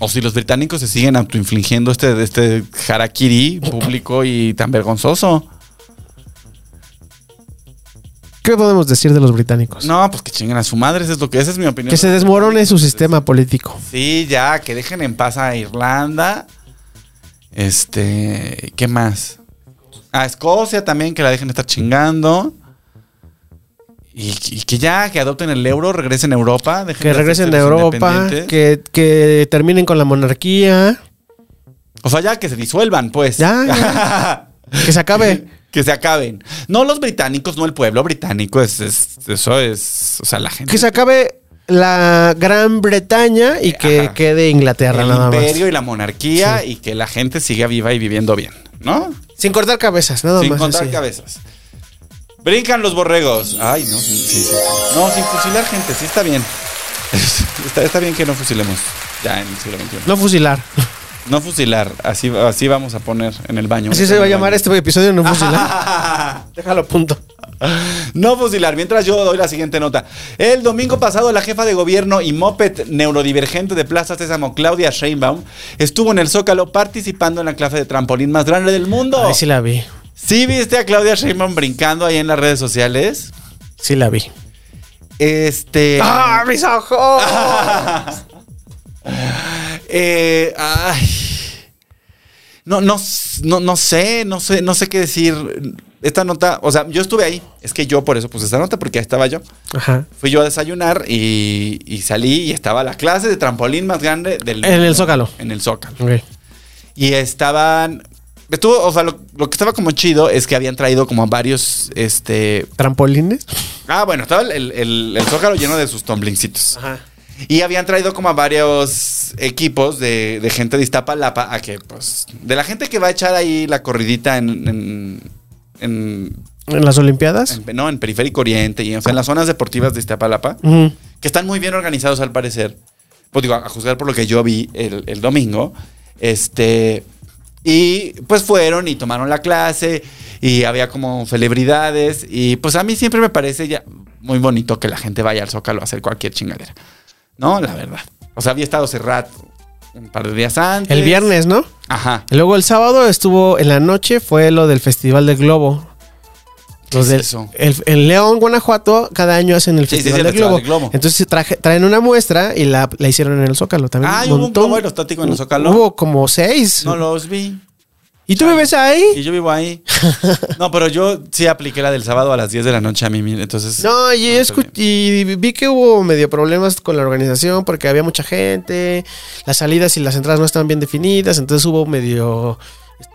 S4: O si los británicos se siguen autoinfligiendo este, este harakiri público y tan vergonzoso.
S2: ¿Qué podemos decir de los británicos?
S4: No, pues que chinguen a su madre, eso es lo que esa es mi opinión.
S2: que se desmorone su sistema político.
S4: Sí, ya, que dejen en paz a Irlanda. Este, ¿qué más? A Escocia también, que la dejen estar chingando. Y, y que ya, que adopten el euro, regresen a Europa. dejen
S2: Que
S4: de
S2: regresen a
S4: hacerse los
S2: Europa,
S4: independientes.
S2: que, que terminen con la monarquía,
S4: O sea, ya que se disuelvan, pues.
S2: Ya,
S4: <laughs>
S2: ya. que se acabe.
S4: que se acaben. No los británicos, no el pueblo británico. Es, es- eso es. O sea, la gente.
S2: Que se acabe la Gran Bretaña y que
S4: Ajá.
S2: quede Inglaterra
S4: el
S2: nada
S4: imperio
S2: más.
S4: y la monarquía y que la gente siga viva y viviendo bien, ¿no?
S2: Sin cortar cabezas, nada
S4: sin
S2: más.
S4: contar
S2: así.
S4: cabezas. Brincan los borregos. Ay, no, sí, sí, sí. No, sin fusilar gente, sí está bien. <laughs> Está, está bien que no fusilemos ya en el siglo XXI.
S2: No
S4: No,
S2: fusilar.
S4: fusilar, así, así vamos a poner en el baño.
S2: Así se va a llamar este episodio,
S4: <laughs>
S2: no fusilar.
S4: fusilar.
S2: Déjalo punto.
S4: <laughs> No fusilar, mientras yo doy la siguiente nota. El domingo pasado, la jefa de gobierno y moped neurodivergente de Plaza Sésamo, Claudia Sheinbaum, estuvo en el Zócalo participando en la clase de trampolín más grande del mundo.
S2: Ay, Ah, sí la vi.
S4: ¿Sí viste a Claudia Sheinbaum brincando ahí en las redes sociales?
S2: Sí la vi.
S4: Este...
S2: ¡Ah, mis ojos!
S4: Eh, ay. No, no, no, no sé, no sé, no sé qué decir. Esta nota, o sea, yo estuve ahí. Es que yo por eso puse esta nota, porque ahí estaba yo.
S2: Ajá.
S4: Fui yo a desayunar y, y salí y estaba la clase de trampolín más grande del
S2: En el Zócalo.
S4: En el Zócalo.
S2: Ok.
S4: Y estaban estuvo, o sea, lo, lo que estaba como chido es que habían traído como varios, este...
S2: Trampolines.
S4: Ah, bueno, estaba el, el- el zócalo lleno de sus tomblincitos.
S2: Ajá.
S4: Y habían traído como a varios equipos de, de gente de Iztapalapa a que, pues, de la gente que va a echar ahí la corridita en... en- en-
S2: En las Olimpiadas.
S4: en- no, en Periférico Oriente y o sea, en las zonas deportivas de Iztapalapa,
S2: Ujú.
S4: que están muy bien organizados al parecer. Pues digo, a, a juzgar por lo que yo vi el, el domingo. Este. Y pues fueron y tomaron la clase y había como celebridades. Y pues a mí siempre me parece ya muy bonito que la gente vaya al Zócalo a hacer cualquier chingadera. No, la verdad. O sea, había estado Serrat un par de días antes.
S2: El viernes, ¿no?
S4: Ajá.
S2: Y luego el sábado estuvo en la noche, fue lo del Festival del Globo.
S4: ¿Qué
S2: Los
S4: es
S2: del-
S4: eso?
S2: el- en León, Guanajuato, cada año hacen el
S4: Sí, sí, sí,
S2: Festival,
S4: el
S2: del,
S4: Festival
S2: Globo.
S4: del Globo.
S2: Entonces traje- traen una muestra y la, la hicieron en el Zócalo también.
S4: Ah,
S2: Un
S4: ¿y hubo un
S2: montón.
S4: globo aerostático en el Zócalo?
S2: Hubo como seis.
S4: No los vi.
S2: ¿Y tú me ves ahí?
S4: Y yo
S2: <laughs>
S4: vivo ahí. No, pero yo sí apliqué la del sábado a las 10 de la noche a mí. mismo, Entonces.
S2: No, y,
S4: Ah, está
S2: escu- y vi que hubo medio problemas con la organización porque había mucha gente, las salidas y las entradas no estaban bien definidas, entonces hubo medio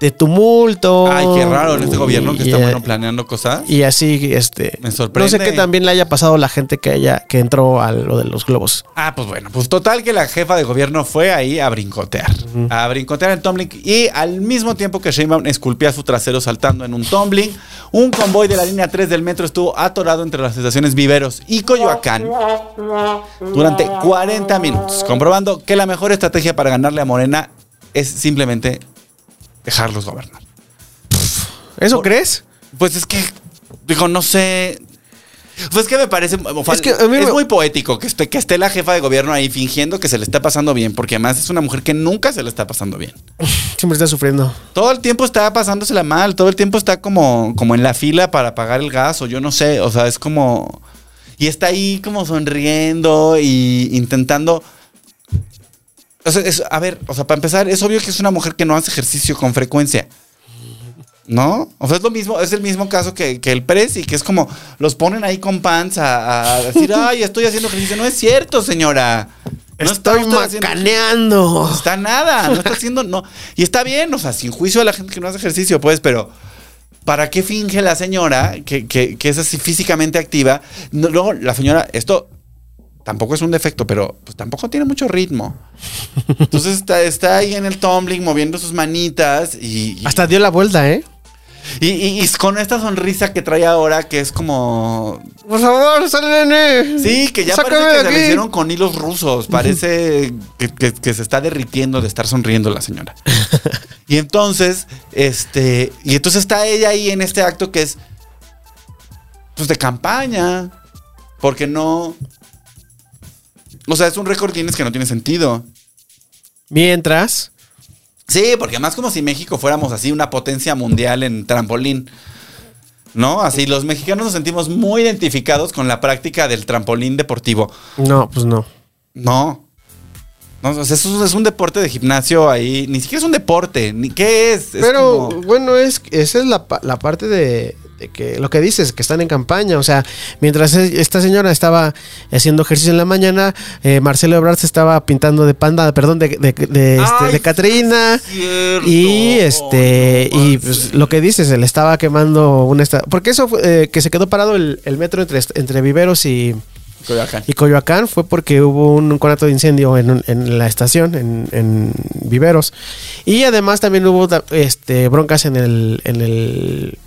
S2: de tumulto.
S4: Ay, qué raro en este gobierno que
S2: Y,
S4: está
S2: eh,
S4: bueno planeando cosas.
S2: Y así, este.
S4: Me
S2: No
S4: sorprende.
S2: sé qué también le haya pasado a la gente que haya, que entró a lo de los globos.
S4: Ah, pues bueno, pues total que la jefa de gobierno fue ahí a brincotear. A brincotear en tumbling y al mismo tiempo que Sheinbaum esculpía su trasero saltando en un tumbling, un convoy de la línea 3 del metro estuvo atorado entre las estaciones Viveros y Coyoacán durante 40 minutos, comprobando que la mejor estrategia para ganarle a Morena es simplemente dejarlos gobernar.
S2: ¿Eso crees?
S4: Pues es que, digo, no sé. Pues es que me parece. o sea,
S2: Es que a mí
S4: es
S2: me-
S4: muy poético que esté, que esté la jefa de gobierno ahí fingiendo que se le está pasando bien, porque además es una mujer que nunca se le está pasando bien.
S2: Siempre está sufriendo.
S4: Todo el tiempo está pasándosela mal, todo el tiempo está como, como en la fila para pagar el gas, o yo no sé, o sea, es como. Y está ahí como sonriendo y intentando. O sea, es- a ver, o sea, para empezar, es obvio que es una mujer que no hace ejercicio con frecuencia. ¿No? O sea, es lo mismo, es el mismo caso que, que el Prezi, que es como los ponen ahí con pants a, a decir, ay, estoy haciendo ejercicio. No es cierto, señora. No está
S2: Estoy
S4: usted haciendo
S2: macaneando.
S4: no está nada, no está haciendo, no. Y está bien, o sea, sin juicio a la gente que no hace ejercicio, pues, pero ¿para qué finge la señora que, que- que es así físicamente activa? No, luego, la señora, esto tampoco es un defecto, pero pues tampoco tiene mucho ritmo. Entonces está, está ahí en el tumbling moviendo sus manitas y, y-
S2: Hasta dio la vuelta, ¿eh?
S4: y- y- y con esta sonrisa que trae ahora que es como
S2: Por favor, salen.
S4: Sí, que ya parece que se le hicieron con hilos rusos. Parece que, que- que se está derritiendo de estar sonriendo la señora. Y entonces, este, y entonces está ella ahí en este acto que es, pues de campaña, porque no, o sea, es un récord Guinness que no tiene sentido.
S2: Mientras.
S4: Sí, porque más como si México fuéramos así una potencia mundial en trampolín. ¿No? Así los mexicanos nos sentimos muy identificados con la práctica del trampolín deportivo.
S2: No, pues no.
S4: No. No, o sea, eso es un deporte de gimnasio ahí. Ni siquiera es un deporte. Ni, ¿Qué es? Es
S2: Pero
S4: como-
S2: bueno, es esa es la, pa- la parte de, de que lo que dices, que están en campaña. O sea, mientras e- esta señora estaba haciendo ejercicio en la mañana, eh, Marcelo Ebrard se estaba pintando de panda, perdón, de, de, de, este,
S4: Ay,
S2: de
S4: sí,
S2: Catrina.
S4: es cierto.
S2: Y este,
S4: No
S2: y
S4: manches.
S2: pues, lo que dices, se le estaba quemando una esta- Porque eso fue, eh, que se quedó parado el, el metro entre, est- entre Viveros y,
S4: Coyoacán.
S2: y Coyoacán fue porque hubo un conato de incendio en, un- en la estación, en, en Viveros. Y además también hubo da- este, broncas en el. En el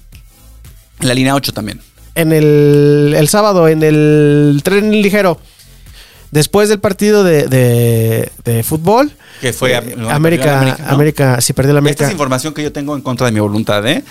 S4: La línea 8 también.
S2: en el, el sábado, en el tren ligero, después del partido de, de- de fútbol,
S4: Que fue
S2: eh, América, América,
S4: ¿no?
S2: sí, perdió la
S4: Esta
S2: América.
S4: es información que yo tengo en contra de mi voluntad, ¿eh?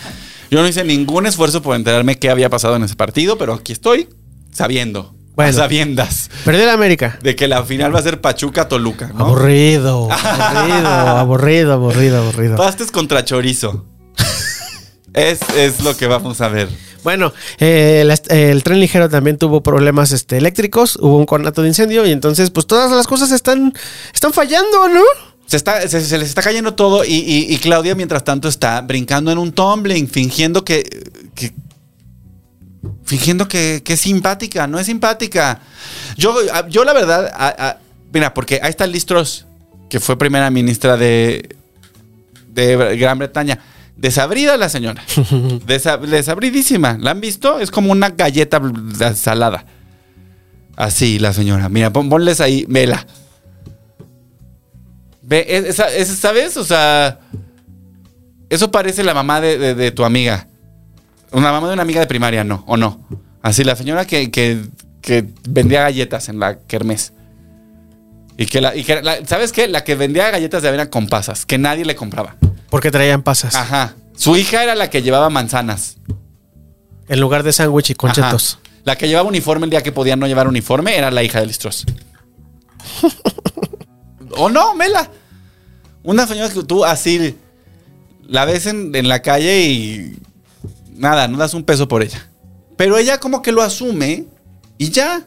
S4: Yo no hice ningún esfuerzo por enterarme qué había pasado en ese partido, pero aquí estoy sabiendo.
S2: Bueno.
S4: A sabiendas
S2: Perdió la América.
S4: de que la final va a ser Pachuca-Toluca, ¿no?
S2: Aburrido, aburrido,
S4: <laughs>
S2: aburrido, aburrido, aburrido.
S4: Pastes contra chorizo. <laughs> es, es lo que vamos a ver.
S2: Bueno, eh, la est- eh, el tren ligero también tuvo problemas este, eléctricos, hubo un conato de incendio y entonces pues todas las cosas están, están fallando, ¿no?
S4: Se, está, se, se les está cayendo todo y, y- y Claudia, mientras tanto, está brincando en un tumbling, fingiendo que. que- fingiendo que, que es simpática, no es simpática. Yo, a- yo la verdad. a- a- mira, porque ahí está Listros, que fue primera ministra de, de Gran Bretaña. Desabrida la señora. Desa- desabridísima. ¿La han visto? Es como una galleta bl- salada. Así la señora. Mira, pon- ponles ahí, vela. Ve, es- esa- esa- ¿Sabes? O sea, eso parece la mamá de, de- de tu amiga. Una mamá de una amiga de primaria, no, o no. Así, la señora que, que- que vendía galletas en la kermés. Y que, la, y que la- ¿sabes qué? La que vendía galletas de avena con pasas, que nadie le compraba.
S2: Porque traían pasas.
S4: Ajá. Su hija era la que llevaba manzanas.
S2: En lugar de sándwich y conchetos.
S4: Ajá. La que llevaba uniforme el día que podía no llevar uniforme era la hija de Listros. o Oh, no, Mela. Una señora que tú así la ves en, en la calle y nada, no das un peso por ella. Pero ella como que lo asume y ya.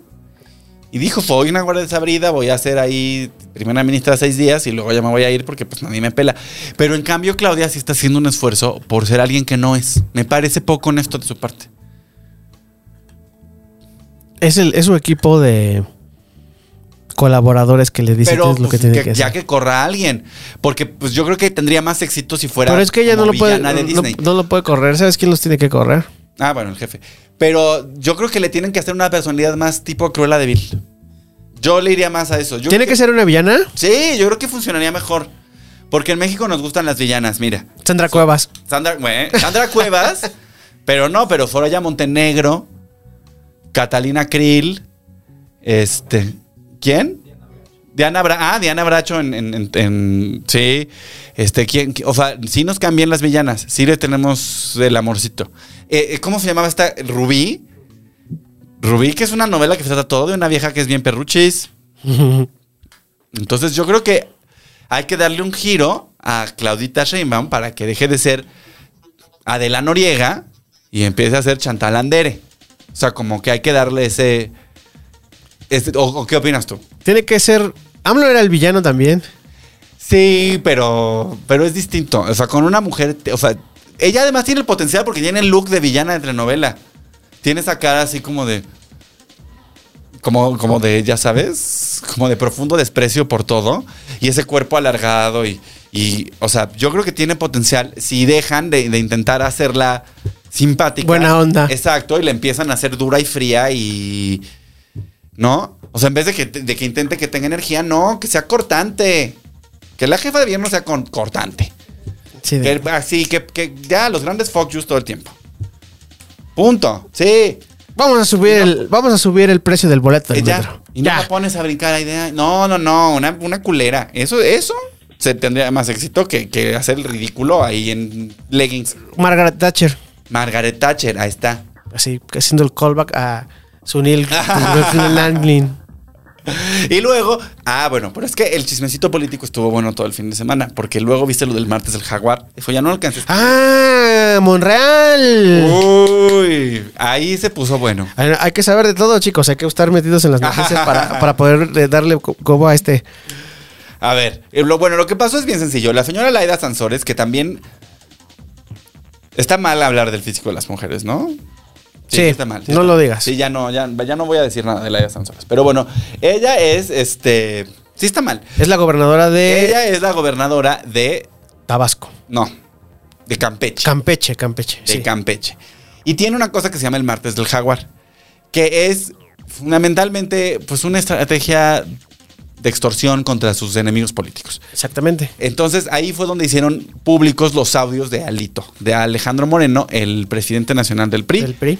S4: Y dijo, voy a una guardia desabrida, voy a ser ahí primera ministra seis días y luego ya me voy a ir porque pues nadie me pela. Pero en cambio Claudia sí está haciendo un esfuerzo por ser alguien que no es. Me parece poco honesto de su parte.
S2: Es, el, es su equipo de colaboradores que le dicen qué
S4: pero
S2: es lo que
S4: pues,
S2: tiene
S4: que-
S2: que
S4: ya
S2: hacer.
S4: que corra alguien. Porque pues yo creo que tendría más éxito si fuera
S2: Pero es que ella no
S4: como
S2: lo puede.
S4: villana de
S2: no-
S4: Disney.
S2: no lo puede correr. ¿Sabes quién los tiene que correr?
S4: Ah, bueno, el jefe. Pero yo creo que le tienen que hacer una personalidad más tipo Cruella de Vil. Yo le iría más a eso. Yo
S2: ¿Tiene
S4: creo
S2: que ser una villana?
S4: Sí, yo creo que funcionaría mejor. Porque en México nos gustan las villanas, mira.
S2: Sandra Cuevas.
S4: Sandra, güey, ¿eh? Sandra Cuevas, pero no, pero Soraya Montenegro, Catalina Krill, este, ¿quién? Diana Bracho. Ah, Diana Bracho en, en- en- en- sí, este, ¿quién? O sea, sí nos cambian las villanas, sí le tenemos el amorcito. Eh, eh, ¿Cómo se llamaba esta? Rubí. Rubí, que es una novela que se trata todo de una vieja que es bien perruchis. Entonces yo creo que hay que darle un giro a Claudita Sheinbaum para que deje de ser Adela Noriega y empiece a ser Chantal Andere. O sea, como que hay que darle ese... ese- o, o qué opinas tú?
S2: Tiene que ser. AMLO era el villano también.
S4: Sí, pero, pero es distinto. O sea, con una mujer... te- O sea, ella además tiene el potencial porque tiene el look de villana de telenovela. Tiene esa cara así como de... Como, como de, ya sabes, como de profundo desprecio por todo. Y ese cuerpo alargado y, y, o sea, yo creo que tiene potencial si dejan de, de intentar hacerla simpática.
S2: Buena onda.
S4: Exacto, y la empiezan a hacer dura y fría y... ¿No? O sea, en vez de que, de que intente que tenga energía, no, que sea cortante. Que la jefa de gobierno sea con- cortante.
S2: Sí, de-
S4: Que- así, que, que ya los grandes fuck yous todo el tiempo. Punto. Sí.
S2: Vamos a subir el. Vamos a subir el precio del boleto del
S4: Eh, ya.
S2: metro.
S4: Y no la pones a brincar ahí de, "Ay, No, no, no. Una, una culera. Eso, eso se tendría más éxito que, que hacer el ridículo ahí en leggings.
S2: Margaret Thatcher.
S4: Margaret Thatcher, ahí está.
S2: Así, haciendo el callback a
S4: <laughs>
S2: Sunil Langlin.
S4: Y luego, ah, bueno, pero es que el chismecito político estuvo bueno todo el fin de semana, porque luego viste lo del martes del jaguar. Dijo, ya no alcances.
S2: ¡Ah! ¡Monreal!
S4: Uh. Uy, ahí se puso bueno.
S2: Hay hay que saber de todo, chicos. Hay que estar metidos en las noticias
S4: <laughs>
S2: para, para poder eh, darle co- cobo a este.
S4: A ver, eh, lo, bueno, lo que pasó es bien sencillo. La señora Laida Sansores, que también está mal hablar del físico de las mujeres, ¿no?
S2: Sí, no lo digas.
S4: Sí, ya no, ya, ya no voy a decir nada de Laida Sansores. Pero bueno, ella es, este, sí está mal.
S2: Es la gobernadora de
S4: ella es la gobernadora de,
S2: Tabasco.
S4: no, de Campeche.
S2: Campeche, Campeche.
S4: de
S2: sí.
S4: Campeche. Y tiene una cosa que se llama el martes del jaguar, que es fundamentalmente pues una estrategia de extorsión contra sus enemigos políticos.
S2: Exactamente.
S4: Entonces ahí fue donde hicieron públicos los audios de Alito, de Alejandro Moreno, el presidente nacional del PRI,
S2: El PRI.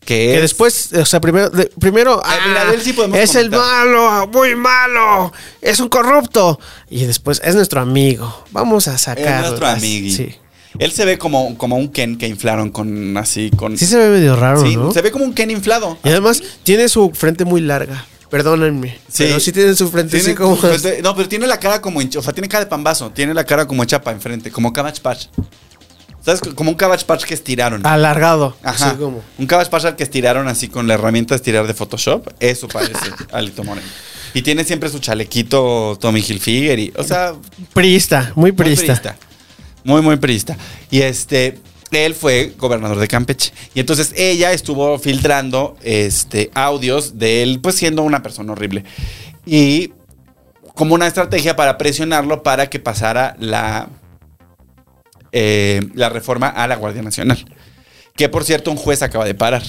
S4: que
S2: Que
S4: es-
S2: después, o sea, primero, de- primero
S4: Ah, mira, de él sí podemos
S2: es el
S4: comentar.
S2: malo, muy malo, es un corrupto. Y después, es nuestro amigo, vamos a
S4: es
S2: sacarlo.
S4: nuestro amigui.
S2: ah, Sí.
S4: Él se ve como, como un Ken que inflaron con así con
S2: Sí se ve medio raro,
S4: Sí,
S2: ¿no?
S4: se ve como un Ken inflado.
S2: Y además, tiene su frente muy larga, perdónenme. Pero sí tiene su frente
S4: Tiene
S2: así como...
S4: su frente- no, pero tiene la cara como hincha- o sea, tiene cara de pambazo, tiene la cara como chapa enfrente, como Cabbage Patch. ¿Sabes? Como un Cabbage Patch que estiraron.
S2: Alargado.
S4: Ajá.
S2: Así como...
S4: Un Cabbage Patch al que estiraron así con la herramienta de estirar de Photoshop. Eso parece Alito Moreno. Y tiene siempre su chalequito Tommy Hilfiger y, o sea,
S2: Priista, muy
S4: muy
S2: priista.
S4: priista. Muy, muy priista. Y este, él fue gobernador de Campeche. Y entonces ella estuvo filtrando este, audios de él, pues siendo una persona horrible. Y como una estrategia para presionarlo para que pasara la eh, la reforma a la Guardia Nacional. Que por cierto, un juez acaba de parar.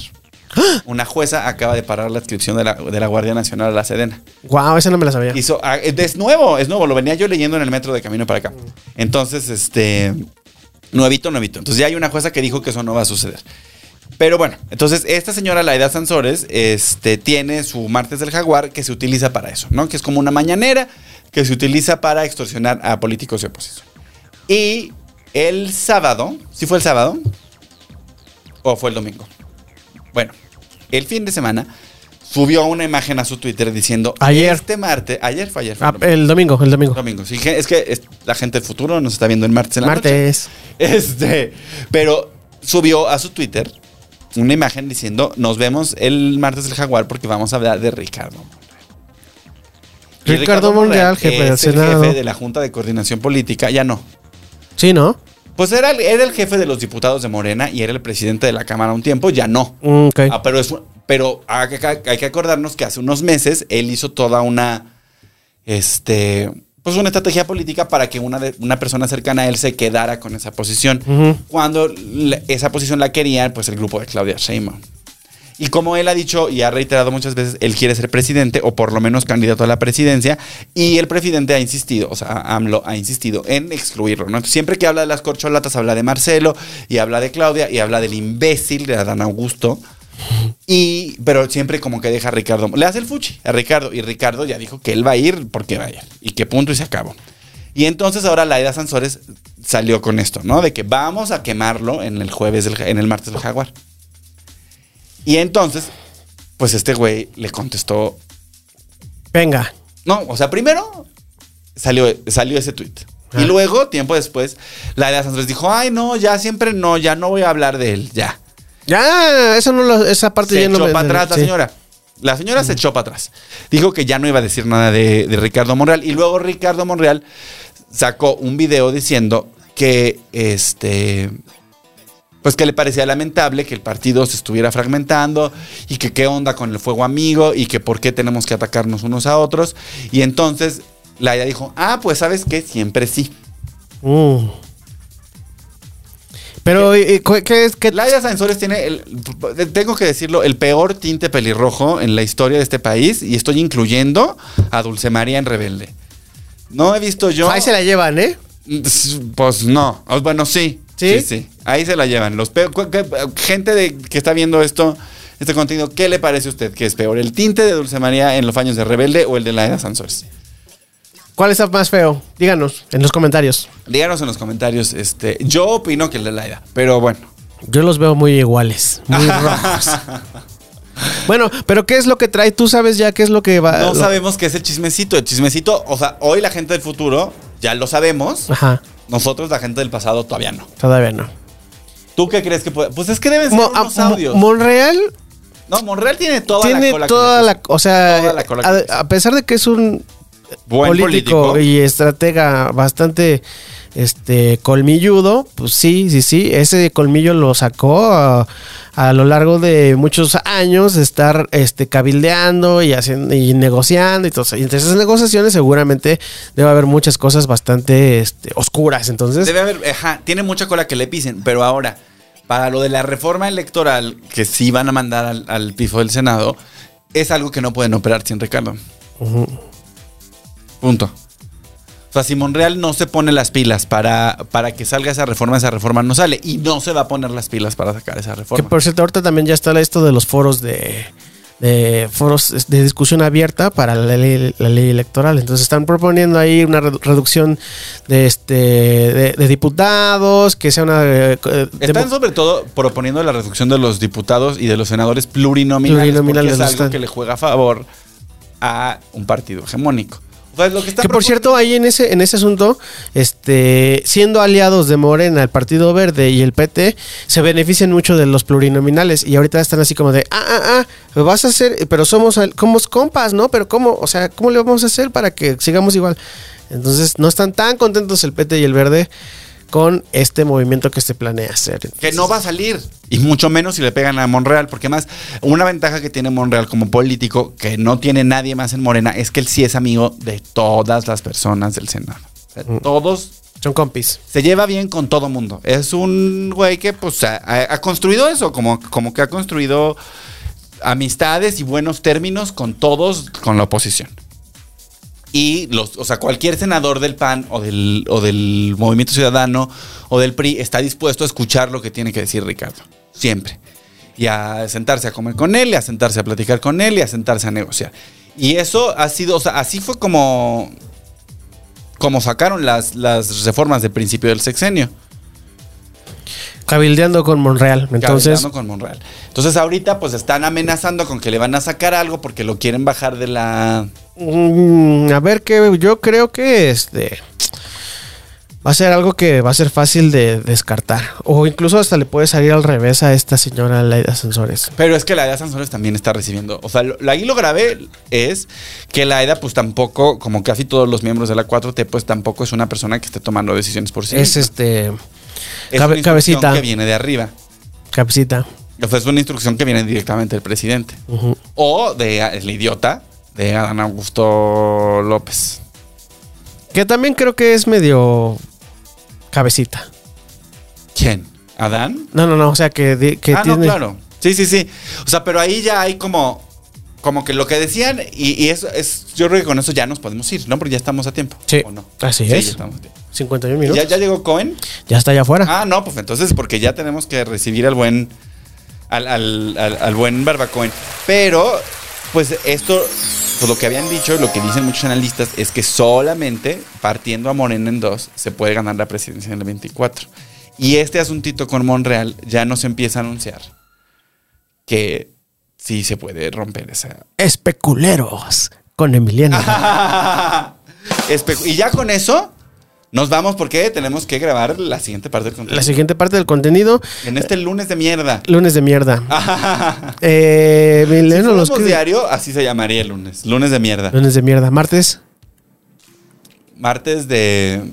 S4: Una jueza acaba de parar la adscripción de la, de la Guardia Nacional a la Sedena.
S2: Wow, esa no me la sabía.
S4: Hizo, ah, es es nuevo, es nuevo. Lo venía yo leyendo en el metro de camino para acá. Entonces, este, nuevito, nuevito. Entonces ya hay una jueza que dijo que eso no va a suceder. Pero bueno, entonces esta señora, la edad Sansores, este, tiene su martes del jaguar que se utiliza para eso, ¿no? Que es como una mañanera que se utiliza para extorsionar a políticos y oposición. Y el sábado, ¿sí fue el sábado? ¿O fue el domingo? Bueno, el fin de semana subió una imagen a su Twitter diciendo...
S2: Ayer.
S4: Este martes, ayer fue ayer. fue
S2: Ah, el domingo, el domingo.
S4: Domingo, sí. Es que es- la gente del futuro nos está viendo en martes en la noche. <laughs>
S2: Martes.
S4: Este, pero subió a su Twitter una imagen diciendo, nos vemos el martes el jaguar porque vamos a hablar de Ricardo. Monreal". Y
S2: Ricardo Monreal, jefe del
S4: es el
S2: Senado.
S4: jefe de la Junta de Coordinación Política, ya no.
S2: Sí, ¿no?
S4: Pues era, el- era el jefe de los diputados de Morena y era el presidente de la Cámara un tiempo, ya no.
S2: Mm, ok.
S4: Ah, pero es un- pero hay que, hay que acordarnos que hace unos meses él hizo toda una este pues una estrategia política para que una, de- una persona cercana a él se quedara con esa posición.
S2: Ujú.
S4: Cuando la- esa posición la querían, pues el grupo de Claudia Sheinbaum. Y como él ha dicho y ha reiterado muchas veces, él quiere ser presidente o por lo menos candidato a la presidencia. Y el presidente ha insistido, o sea, AMLO ha insistido en excluirlo. ¿no? Siempre que habla de las corcholatas, habla de Marcelo y habla de Claudia y habla del imbécil de Adán Augusto. Y, pero siempre como que deja a Ricardo. Le hace el fuchi a Ricardo. Y Ricardo ya dijo que él va a ir porque va a ir. Y que punto y se acabó. Y entonces ahora Laida Sansores salió con esto, ¿no? De que vamos a quemarlo en el jueves, del ja- en el martes del jaguar. Y entonces, pues este güey le contestó.
S2: Venga.
S4: No, o sea, primero salió, salió ese tweet.
S2: Ah.
S4: Y luego, tiempo después, Laida Sansores dijo: Ay, no, ya siempre no, ya no voy a hablar de él, ya.
S2: Ya, eso no lo- esa parte
S4: se
S2: ya no
S4: echó
S2: me-
S4: para atrás la
S2: sí.
S4: señora. La señora se echó para atrás. Dijo que ya no iba a decir nada de, de Ricardo Monreal. Y luego Ricardo Monreal sacó un video diciendo que este. Pues que le parecía lamentable que el partido se estuviera fragmentando y que qué onda con el fuego amigo y que por qué tenemos que atacarnos unos a otros. Y entonces Laia dijo, ah, pues sabes que siempre sí.
S2: Mm. Pero, ¿y- y cu- ¿qué es? ¿Qué-
S4: Laia Sansores tiene, el, tengo que decirlo, el peor tinte pelirrojo en la historia de este país y estoy incluyendo a Dulce María en Rebelde. No he visto yo...
S2: Ahí se la llevan, ¿eh?
S4: Pues no, Ah, bueno, sí.
S2: ¿Sí?
S4: Sí, sí. Ahí se la llevan. Los pe- cu- cu- Gente de- que está viendo esto, este contenido, ¿qué le parece a usted que es peor? ¿El tinte de Dulce María en los años de Rebelde o el de Laia Sansores?
S2: ¿Cuál es el más feo? Díganos en los comentarios.
S4: Díganos en los comentarios. Este, yo opino que el de Laida, pero bueno.
S2: Yo los veo muy iguales,
S4: <laughs>
S2: muy rojos. Bueno, pero ¿qué es lo que trae? ¿Tú sabes ya qué es lo que va?
S4: No
S2: lo-
S4: sabemos qué es el chismecito. El chismecito, o sea, hoy la gente del futuro ya lo sabemos.
S2: Ajá,
S4: Nosotros, la gente del pasado, todavía no.
S2: todavía no.
S4: ¿Tú qué crees que puede? Pues es que deben ser
S2: Mo- a-
S4: unos audios.
S2: Mo- Monreal
S4: no, Monreal tiene toda
S2: tiene
S4: la cola. que
S2: toda
S4: le
S2: la, o sea,
S4: Toda la cola que le
S2: a, a pesar de que es un
S4: puso. Buen
S2: político,
S4: político.
S2: y estratega bastante este colmilludo, pues sí, sí, sí, ese colmillo lo sacó a, a lo largo de muchos años de estar este cabildeando y haciendo y negociando y todo eso. Y entre esas negociaciones seguramente debe haber muchas cosas bastante este, oscuras, entonces
S4: Debe haber, ajá, tiene mucha cola que le pisen, pero ahora, para lo de la reforma electoral que sí van a mandar al, al pifo del Senado, es algo que no pueden operar sin Ricardo. Punto. O sea, si Monreal no se pone las pilas para, para que salga esa reforma, esa reforma no sale. Y no se va a poner las pilas para sacar esa
S2: Que
S4: reforma.
S2: por cierto, ahorita también ya está esto de los foros de, de foros de discusión abierta para la ley, la ley electoral. Entonces están proponiendo ahí una redu- reducción de este de, de diputados, que sea una eh, co- eh,
S4: Están
S2: demo-
S4: sobre todo proponiendo la reducción de los diputados y de los senadores plurinominales,
S2: Plurinominales,
S4: porque
S2: los
S4: es algo
S2: están.
S4: que le juega a favor a un partido hegemónico. O sea, lo que, está
S2: que por
S4: proponiendo-
S2: cierto, ahí en ese, en ese asunto, este, siendo aliados de Morena, el Partido Verde y el PT, se benefician mucho de los plurinominales. Y ahorita están así como de, ah, ah, ah, vas a hacer, pero somos, al- como compas, ¿no? Pero ¿cómo? O sea, ¿cómo le vamos a hacer para que sigamos igual? Entonces, no están tan contentos el PT y el Verde con este movimiento que se planea hacer.
S4: que no va a salir. Y mucho menos si le pegan a Monreal, porque más, una ventaja que tiene Monreal como político, que no tiene nadie más en Morena, es que él sí es amigo de todas las personas del Senado. O sea, todos
S2: Son compis.
S4: se lleva bien con todo mundo. Es un güey que pues ha, ha- ha construido eso, como, como que ha construido amistades y buenos términos con todos, con la oposición. Y los, o sea, cualquier senador del PAN o del, o del Movimiento Ciudadano o del PRI está dispuesto a escuchar lo que tiene que decir Ricardo. Siempre. Y a sentarse a comer con él, y a sentarse a platicar con él, y a sentarse a negociar. Y eso ha sido, o sea, así fue como como sacaron las, las reformas de principio del sexenio.
S2: Cabildeando con Monreal. Entonces,
S4: cabildeando con Monreal. Entonces ahorita pues están amenazando con que le van a sacar algo porque lo quieren bajar de la...
S2: mm, a ver que yo creo que este va a ser algo que va a ser fácil de descartar. O incluso hasta le puede salir al revés a esta señora Laida Sensores.
S4: Pero es que la EDA Sanzores también está recibiendo. O sea, lo, lo- ahí lo grave es que la EDA pues tampoco, como casi todos los miembros de la 4T, pues tampoco es una persona que esté tomando decisiones por sí.
S2: Es
S4: misma.
S2: este
S4: Es
S2: cabe-
S4: una instrucción
S2: cabecita.
S4: que viene de arriba.
S2: capsita.
S4: O sea, es una instrucción que viene directamente del presidente.
S2: Ujú.
S4: O de el idiota de Adán Augusto López.
S2: Que también creo que es medio cabecita.
S4: ¿Quién? ¿Adán?
S2: No, no, no. O sea que, di- que
S4: ah,
S2: tiene.
S4: no, claro. Sí, sí, sí. O sea, pero ahí ya hay como, como que lo que decían, y, y eso es, yo creo que con eso ya nos podemos ir, ¿no? Porque ya estamos a tiempo.
S2: Sí,
S4: ¿o no?
S2: así
S4: Sí,
S2: es.
S4: ya estamos a tiempo.
S2: 51
S4: ¿Ya,
S2: minutos.
S4: ya llegó Cohen?
S2: Ya está allá afuera.
S4: Ah, no, pues entonces, porque ya tenemos que recibir al buen, al, al, al- al buen Barbacoen. Pero, pues esto, pues lo que habían dicho, lo que dicen muchos analistas, es que solamente partiendo a Morena en dos se puede ganar la presidencia en el 24. Y este asuntito con Monreal ya nos empieza a anunciar que sí se puede romper esa.
S2: Especuleros con Emiliano.
S4: Espe- y ya con eso nos vamos porque tenemos que grabar la siguiente parte del
S2: La
S4: contenido.
S2: siguiente parte del contenido,
S4: En este lunes de mierda.
S2: lunes de mierda.
S4: Ah.
S2: Eh,
S4: <laughs> Si
S2: Emiliano
S4: fuéramos
S2: los que-
S4: diario, así se llamaría el lunes. Lunes de mierda.
S2: Lunes de mierda. Martes.
S4: Martes de.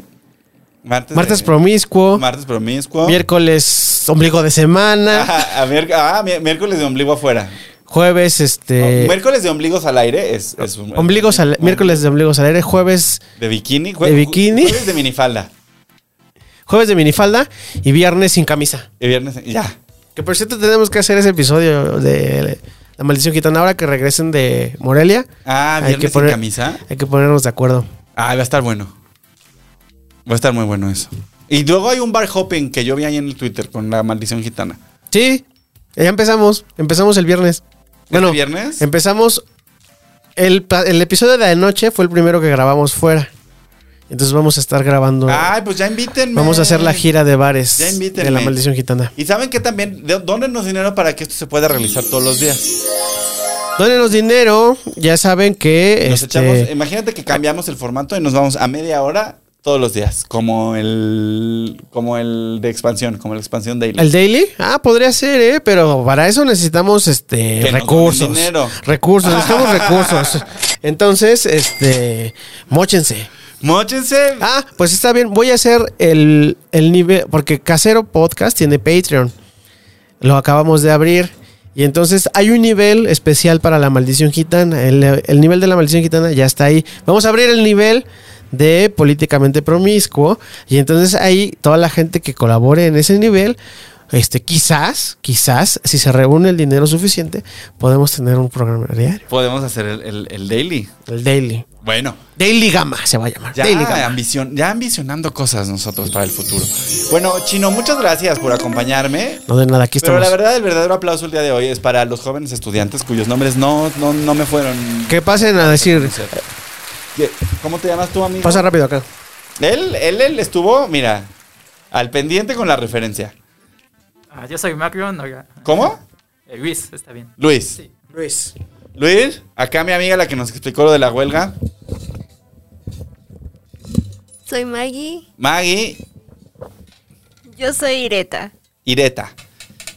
S4: Martes,
S2: Martes
S4: de-
S2: promiscuo.
S4: Martes promiscuo.
S2: Miércoles ombligo de semana.
S4: <laughs> Ajá, a miérc- ah, mi- miércoles de ombligo afuera.
S2: Jueves, este.
S4: No, miércoles de ombligos al aire es, es un.
S2: ombligos al-
S4: un-
S2: miércoles de ombligos al aire. Jueves,
S4: De bikini.
S2: de bikini.
S4: Jueves de minifalda.
S2: jueves de minifalda y viernes sin camisa.
S4: Y viernes. Ya.
S2: Que por cierto tenemos que hacer ese episodio de La Maldición Gitana ahora que regresen de Morelia.
S4: Ah,
S2: Hay
S4: viernes
S2: que
S4: sin
S2: poner-
S4: camisa.
S2: Hay que ponernos de acuerdo.
S4: Ah, va a estar bueno. Va a estar muy bueno eso. Y luego hay un bar hopping que yo vi ahí en el Twitter con la maldición gitana.
S2: Sí, ya empezamos. Empezamos el viernes. Bueno,
S4: Este
S2: em-
S4: viernes?
S2: empezamos. El, pa- el episodio de anoche fue el primero que grabamos fuera. Entonces vamos a estar grabando.
S4: Ay, pues ya invítenme.
S2: vamos a hacer la gira de bares
S4: Ya invítenme.
S2: de la maldición gitana.
S4: Y saben que también, de- dónennos dinero para que esto se pueda realizar todos los días.
S2: Dónenos dinero. Ya saben que.
S4: Nos
S2: este,
S4: echamos, imagínate que cambiamos el formato y nos vamos a media hora todos los días, como el como el de expansión, como la expansión de
S2: ¿El daily? Ah, podría ser, ¿eh? Pero para eso necesitamos este,
S4: Que nos
S2: recursos.
S4: donen dinero. <laughs>
S2: Recursos, necesitamos recursos. Entonces, este, móchense.
S4: Móchense.
S2: Ah, pues está bien. Voy a hacer el, el nivel. Porque Casero Podcast tiene Patreon. Lo acabamos de abrir. Y entonces hay un nivel especial para la maldición gitana. El, el nivel de la maldición gitana ya está ahí. Vamos a abrir el nivel de políticamente promiscuo. Y entonces ahí toda la gente que colabore en ese nivel. Este, quizás, quizás, si se reúne el dinero suficiente, podemos tener un programa diario.
S4: Podemos hacer el, el- el daily.
S2: El Daily.
S4: Bueno,
S2: Daily Gama se va a llamar.
S4: ya,
S2: Daily Gama.
S4: ambición, ya ambicionando cosas nosotros para el futuro. Bueno, Chino, muchas gracias por acompañarme.
S2: No de nada, aquí
S4: Pero
S2: estamos.
S4: la verdad, el verdadero aplauso el día de hoy es para los jóvenes estudiantes cuyos nombres no, no, no me fueron.
S2: que pasen a decir.
S4: ¿Qué- ¿Cómo te llamas tú, amigo?
S2: Pasa rápido acá.
S4: Él, él, él estuvo, mira, al pendiente con la referencia.
S6: Ah, yo soy Macron, no, ya.
S4: ¿Cómo?
S6: Eh, Luis, está bien.
S4: Luis.
S6: Sí.
S2: Luis.
S4: Luis, acá mi amiga la que nos explicó lo de la huelga.
S5: Soy Maggie.
S4: Maggie
S7: Yo soy Ireta.
S4: Ireta.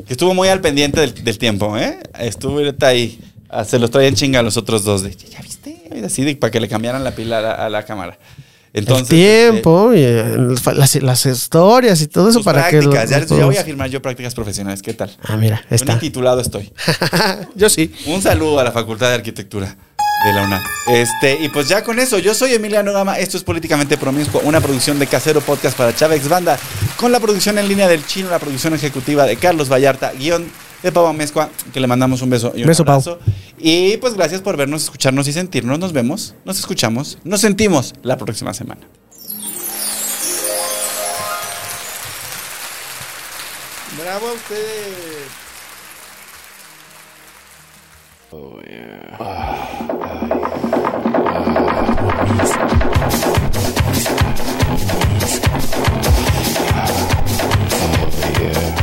S4: Que estuvo muy al pendiente del, del tiempo, ¿eh? Estuvo Ireta ahí. Ah, Se los traían chinga a los otros dos. De, ¿Ya viste? Así de- para que le cambiaran la pila a la, a la cámara. Entonces,
S2: el tiempo, y, eh, fa- las, las historias y todo
S4: este,
S2: eso
S4: sus
S2: para que lo-
S4: prácticas.
S2: los
S4: ya, ya voy a
S2: podamos-
S4: firmar yo prácticas profesionales. ¿Qué tal?
S2: Ah, mira,
S4: Yo ni
S2: está.
S4: titulado estoy.
S2: <laughs> Yo sí.
S4: Un saludo a la Facultad de Arquitectura. de la UNAM. Este, y pues ya con eso, yo soy Emiliano Gama, esto es Políticamente Promiscuo, una producción de Casero Podcast para Chávez Banda, con la producción en línea del chino, la producción ejecutiva de Carlos Vallarta, guión de Pau Amezcua, que le mandamos un beso y un
S2: Beso, Pau.
S4: abrazo. Y pues gracias por vernos, escucharnos y sentirnos. Nos vemos, nos escuchamos, nos sentimos la próxima semana. Bravo a ustedes.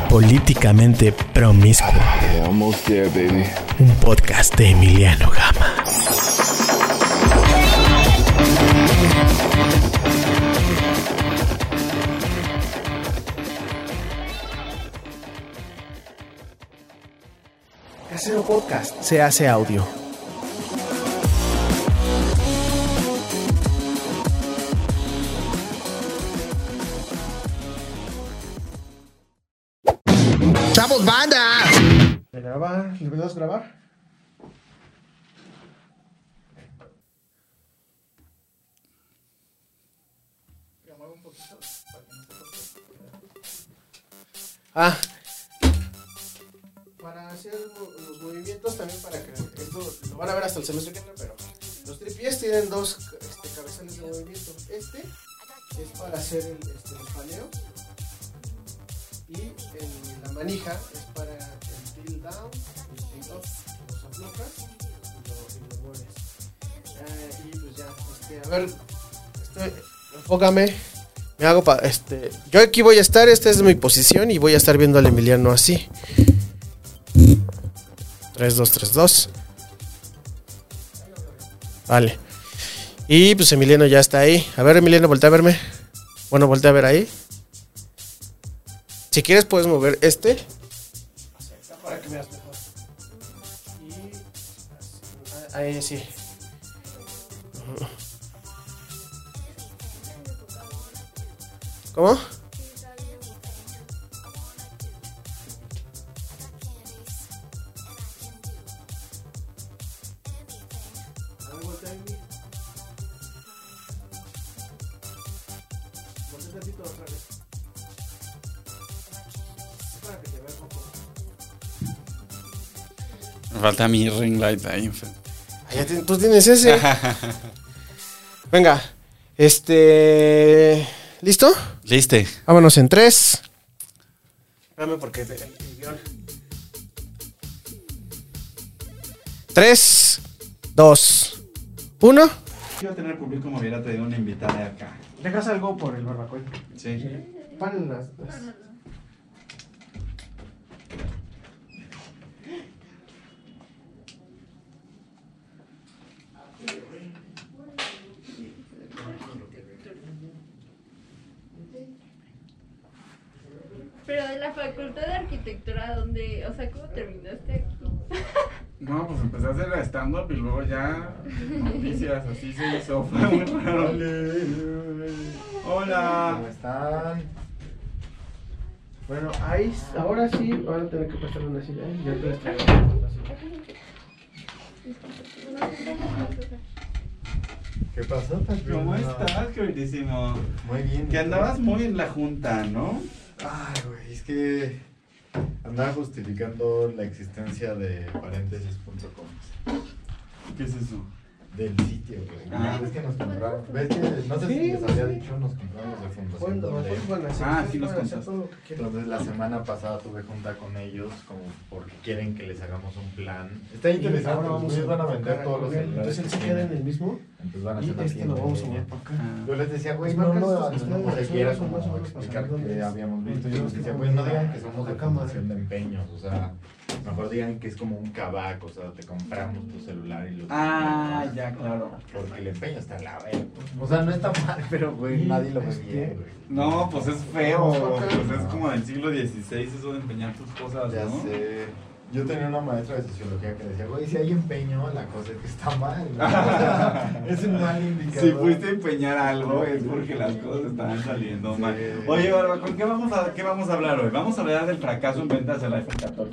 S8: Políticamente Promiscuo,
S3: Yeah, almost there, baby.
S8: un podcast de Emiliano Gama.
S2: Casero Podcast se hace audio.
S1: ¡Chavos, banda!
S2: ¿Me graba? ¿Le puedes grabar? Ah. Para hacer mo- los movimientos también para que esto lo van a ver hasta el semestre que entra, pero los tripies tienen dos este, cabezales de movimiento. Este es para hacer el, este, los paneos y el- la manija es para el tilt down, el tilt up, los aflojas y lo, y lo mueves. Eh, y pues ya, este, a ver, este, enfócame. Me hago pa, este, yo aquí voy a estar, esta es mi posición y voy a estar viendo al Emiliano así. 3, 2, 3, 2. Vale. Y pues Emiliano ya está ahí. A ver, Emiliano, voltea a verme. Bueno, voltea a ver ahí. Si quieres puedes mover este. para que veas mejor. Y ahí sí. Ujú. ¿Cómo?
S4: Me falta mi ring light ahí enfrente.
S2: Ah, ya tien- tú tienes ese. <laughs> Venga, este. ¿Listo?
S4: Liste.
S2: Vámonos en tres. Espérame porque te- el guión. Tres, dos, uno.
S4: Quiero tener público como hubiera traído una invitada acá.
S2: Dejas algo por el barbacoa.
S4: Sí.
S2: Van las dos.
S9: Pero de la Facultad de Arquitectura, donde, o sea, ¿cómo terminaste aquí?
S4: No, pues empecé a hacer stand-up y luego ya noticias, así se hizo. Fue muy raro. Hola.
S2: están? Bueno, ahí, ahora sí, van a tener que prestar una silla. ¿eh? Ya te les traigo una silla.
S10: ¿Qué pasó, Patrick?
S4: ¿Cómo estás, queridísimo?
S10: Muy bien.
S4: Que andabas muy en la junta, ¿no?
S10: Ay, güey, es que andaba justificando la existencia de paréntesis.com.
S4: ¿Qué es eso?
S10: Del sitio, güey.
S4: Ah.
S10: ¿Ves que nos compraron? ¿Ves que, no sé si les había dicho, nos compramos de Fundación
S2: Bueno,
S10: W.
S2: pues, bueno, así-
S4: Ah, sí nos
S2: bueno, hacer
S4: contaste.
S2: todo lo que quieran.
S10: Entonces la semana pasada tuve junta con ellos como porque quieren que les hagamos un plan. Está interesante, los güeyes van a vender todos los celulares
S2: Entonces él
S10: que
S2: se queda en el
S10: tienen.
S2: mismo
S10: Entonces van a
S2: y
S10: hacer la
S2: este lo
S10: tienda
S2: vamos a
S10: en
S2: mover
S10: línea.
S2: para acá.
S4: Ah,
S10: Yo les decía, güey,
S2: No,
S10: no,
S2: no,
S10: no,
S2: no,
S10: no,
S2: no,
S10: se quiera
S2: no,
S10: como
S2: no, no,
S10: explicar
S2: no, no,
S10: que
S2: no,
S10: habíamos
S2: no,
S10: visto.
S2: no,
S10: Yo les
S2: no,
S10: decía,
S2: no,
S10: güey,
S2: no,
S10: no digan que somos
S2: la
S10: de
S2: cámara.
S10: conversión de empeños, o sea, mejor digan que es como un cabac, o sea, te compramos tu celular y lo
S4: Ah, ya, claro.
S10: Porque el empeño está en la verga. O sea, no está mal, pero, güey, nadie lo ve bien, güey.
S4: No, pues es feo. Pues es como del siglo XVI eso de empeñar tus cosas,
S10: Ya
S4: pues, ¿no?
S10: sé. Yo tenía una maestra de sociología que decía, güey, si hay empeño, la cosa es que está mal.
S4: <laughs>
S10: ¿no? O sea, es un mal indicador.
S4: Si fuiste a empeñar algo es porque las cosas estaban saliendo mal.
S10: Sí.
S4: Oye, Barba, ¿con qué vamos a, qué vamos a hablar hoy? Vamos a hablar del fracaso en ventas del iPhone 14.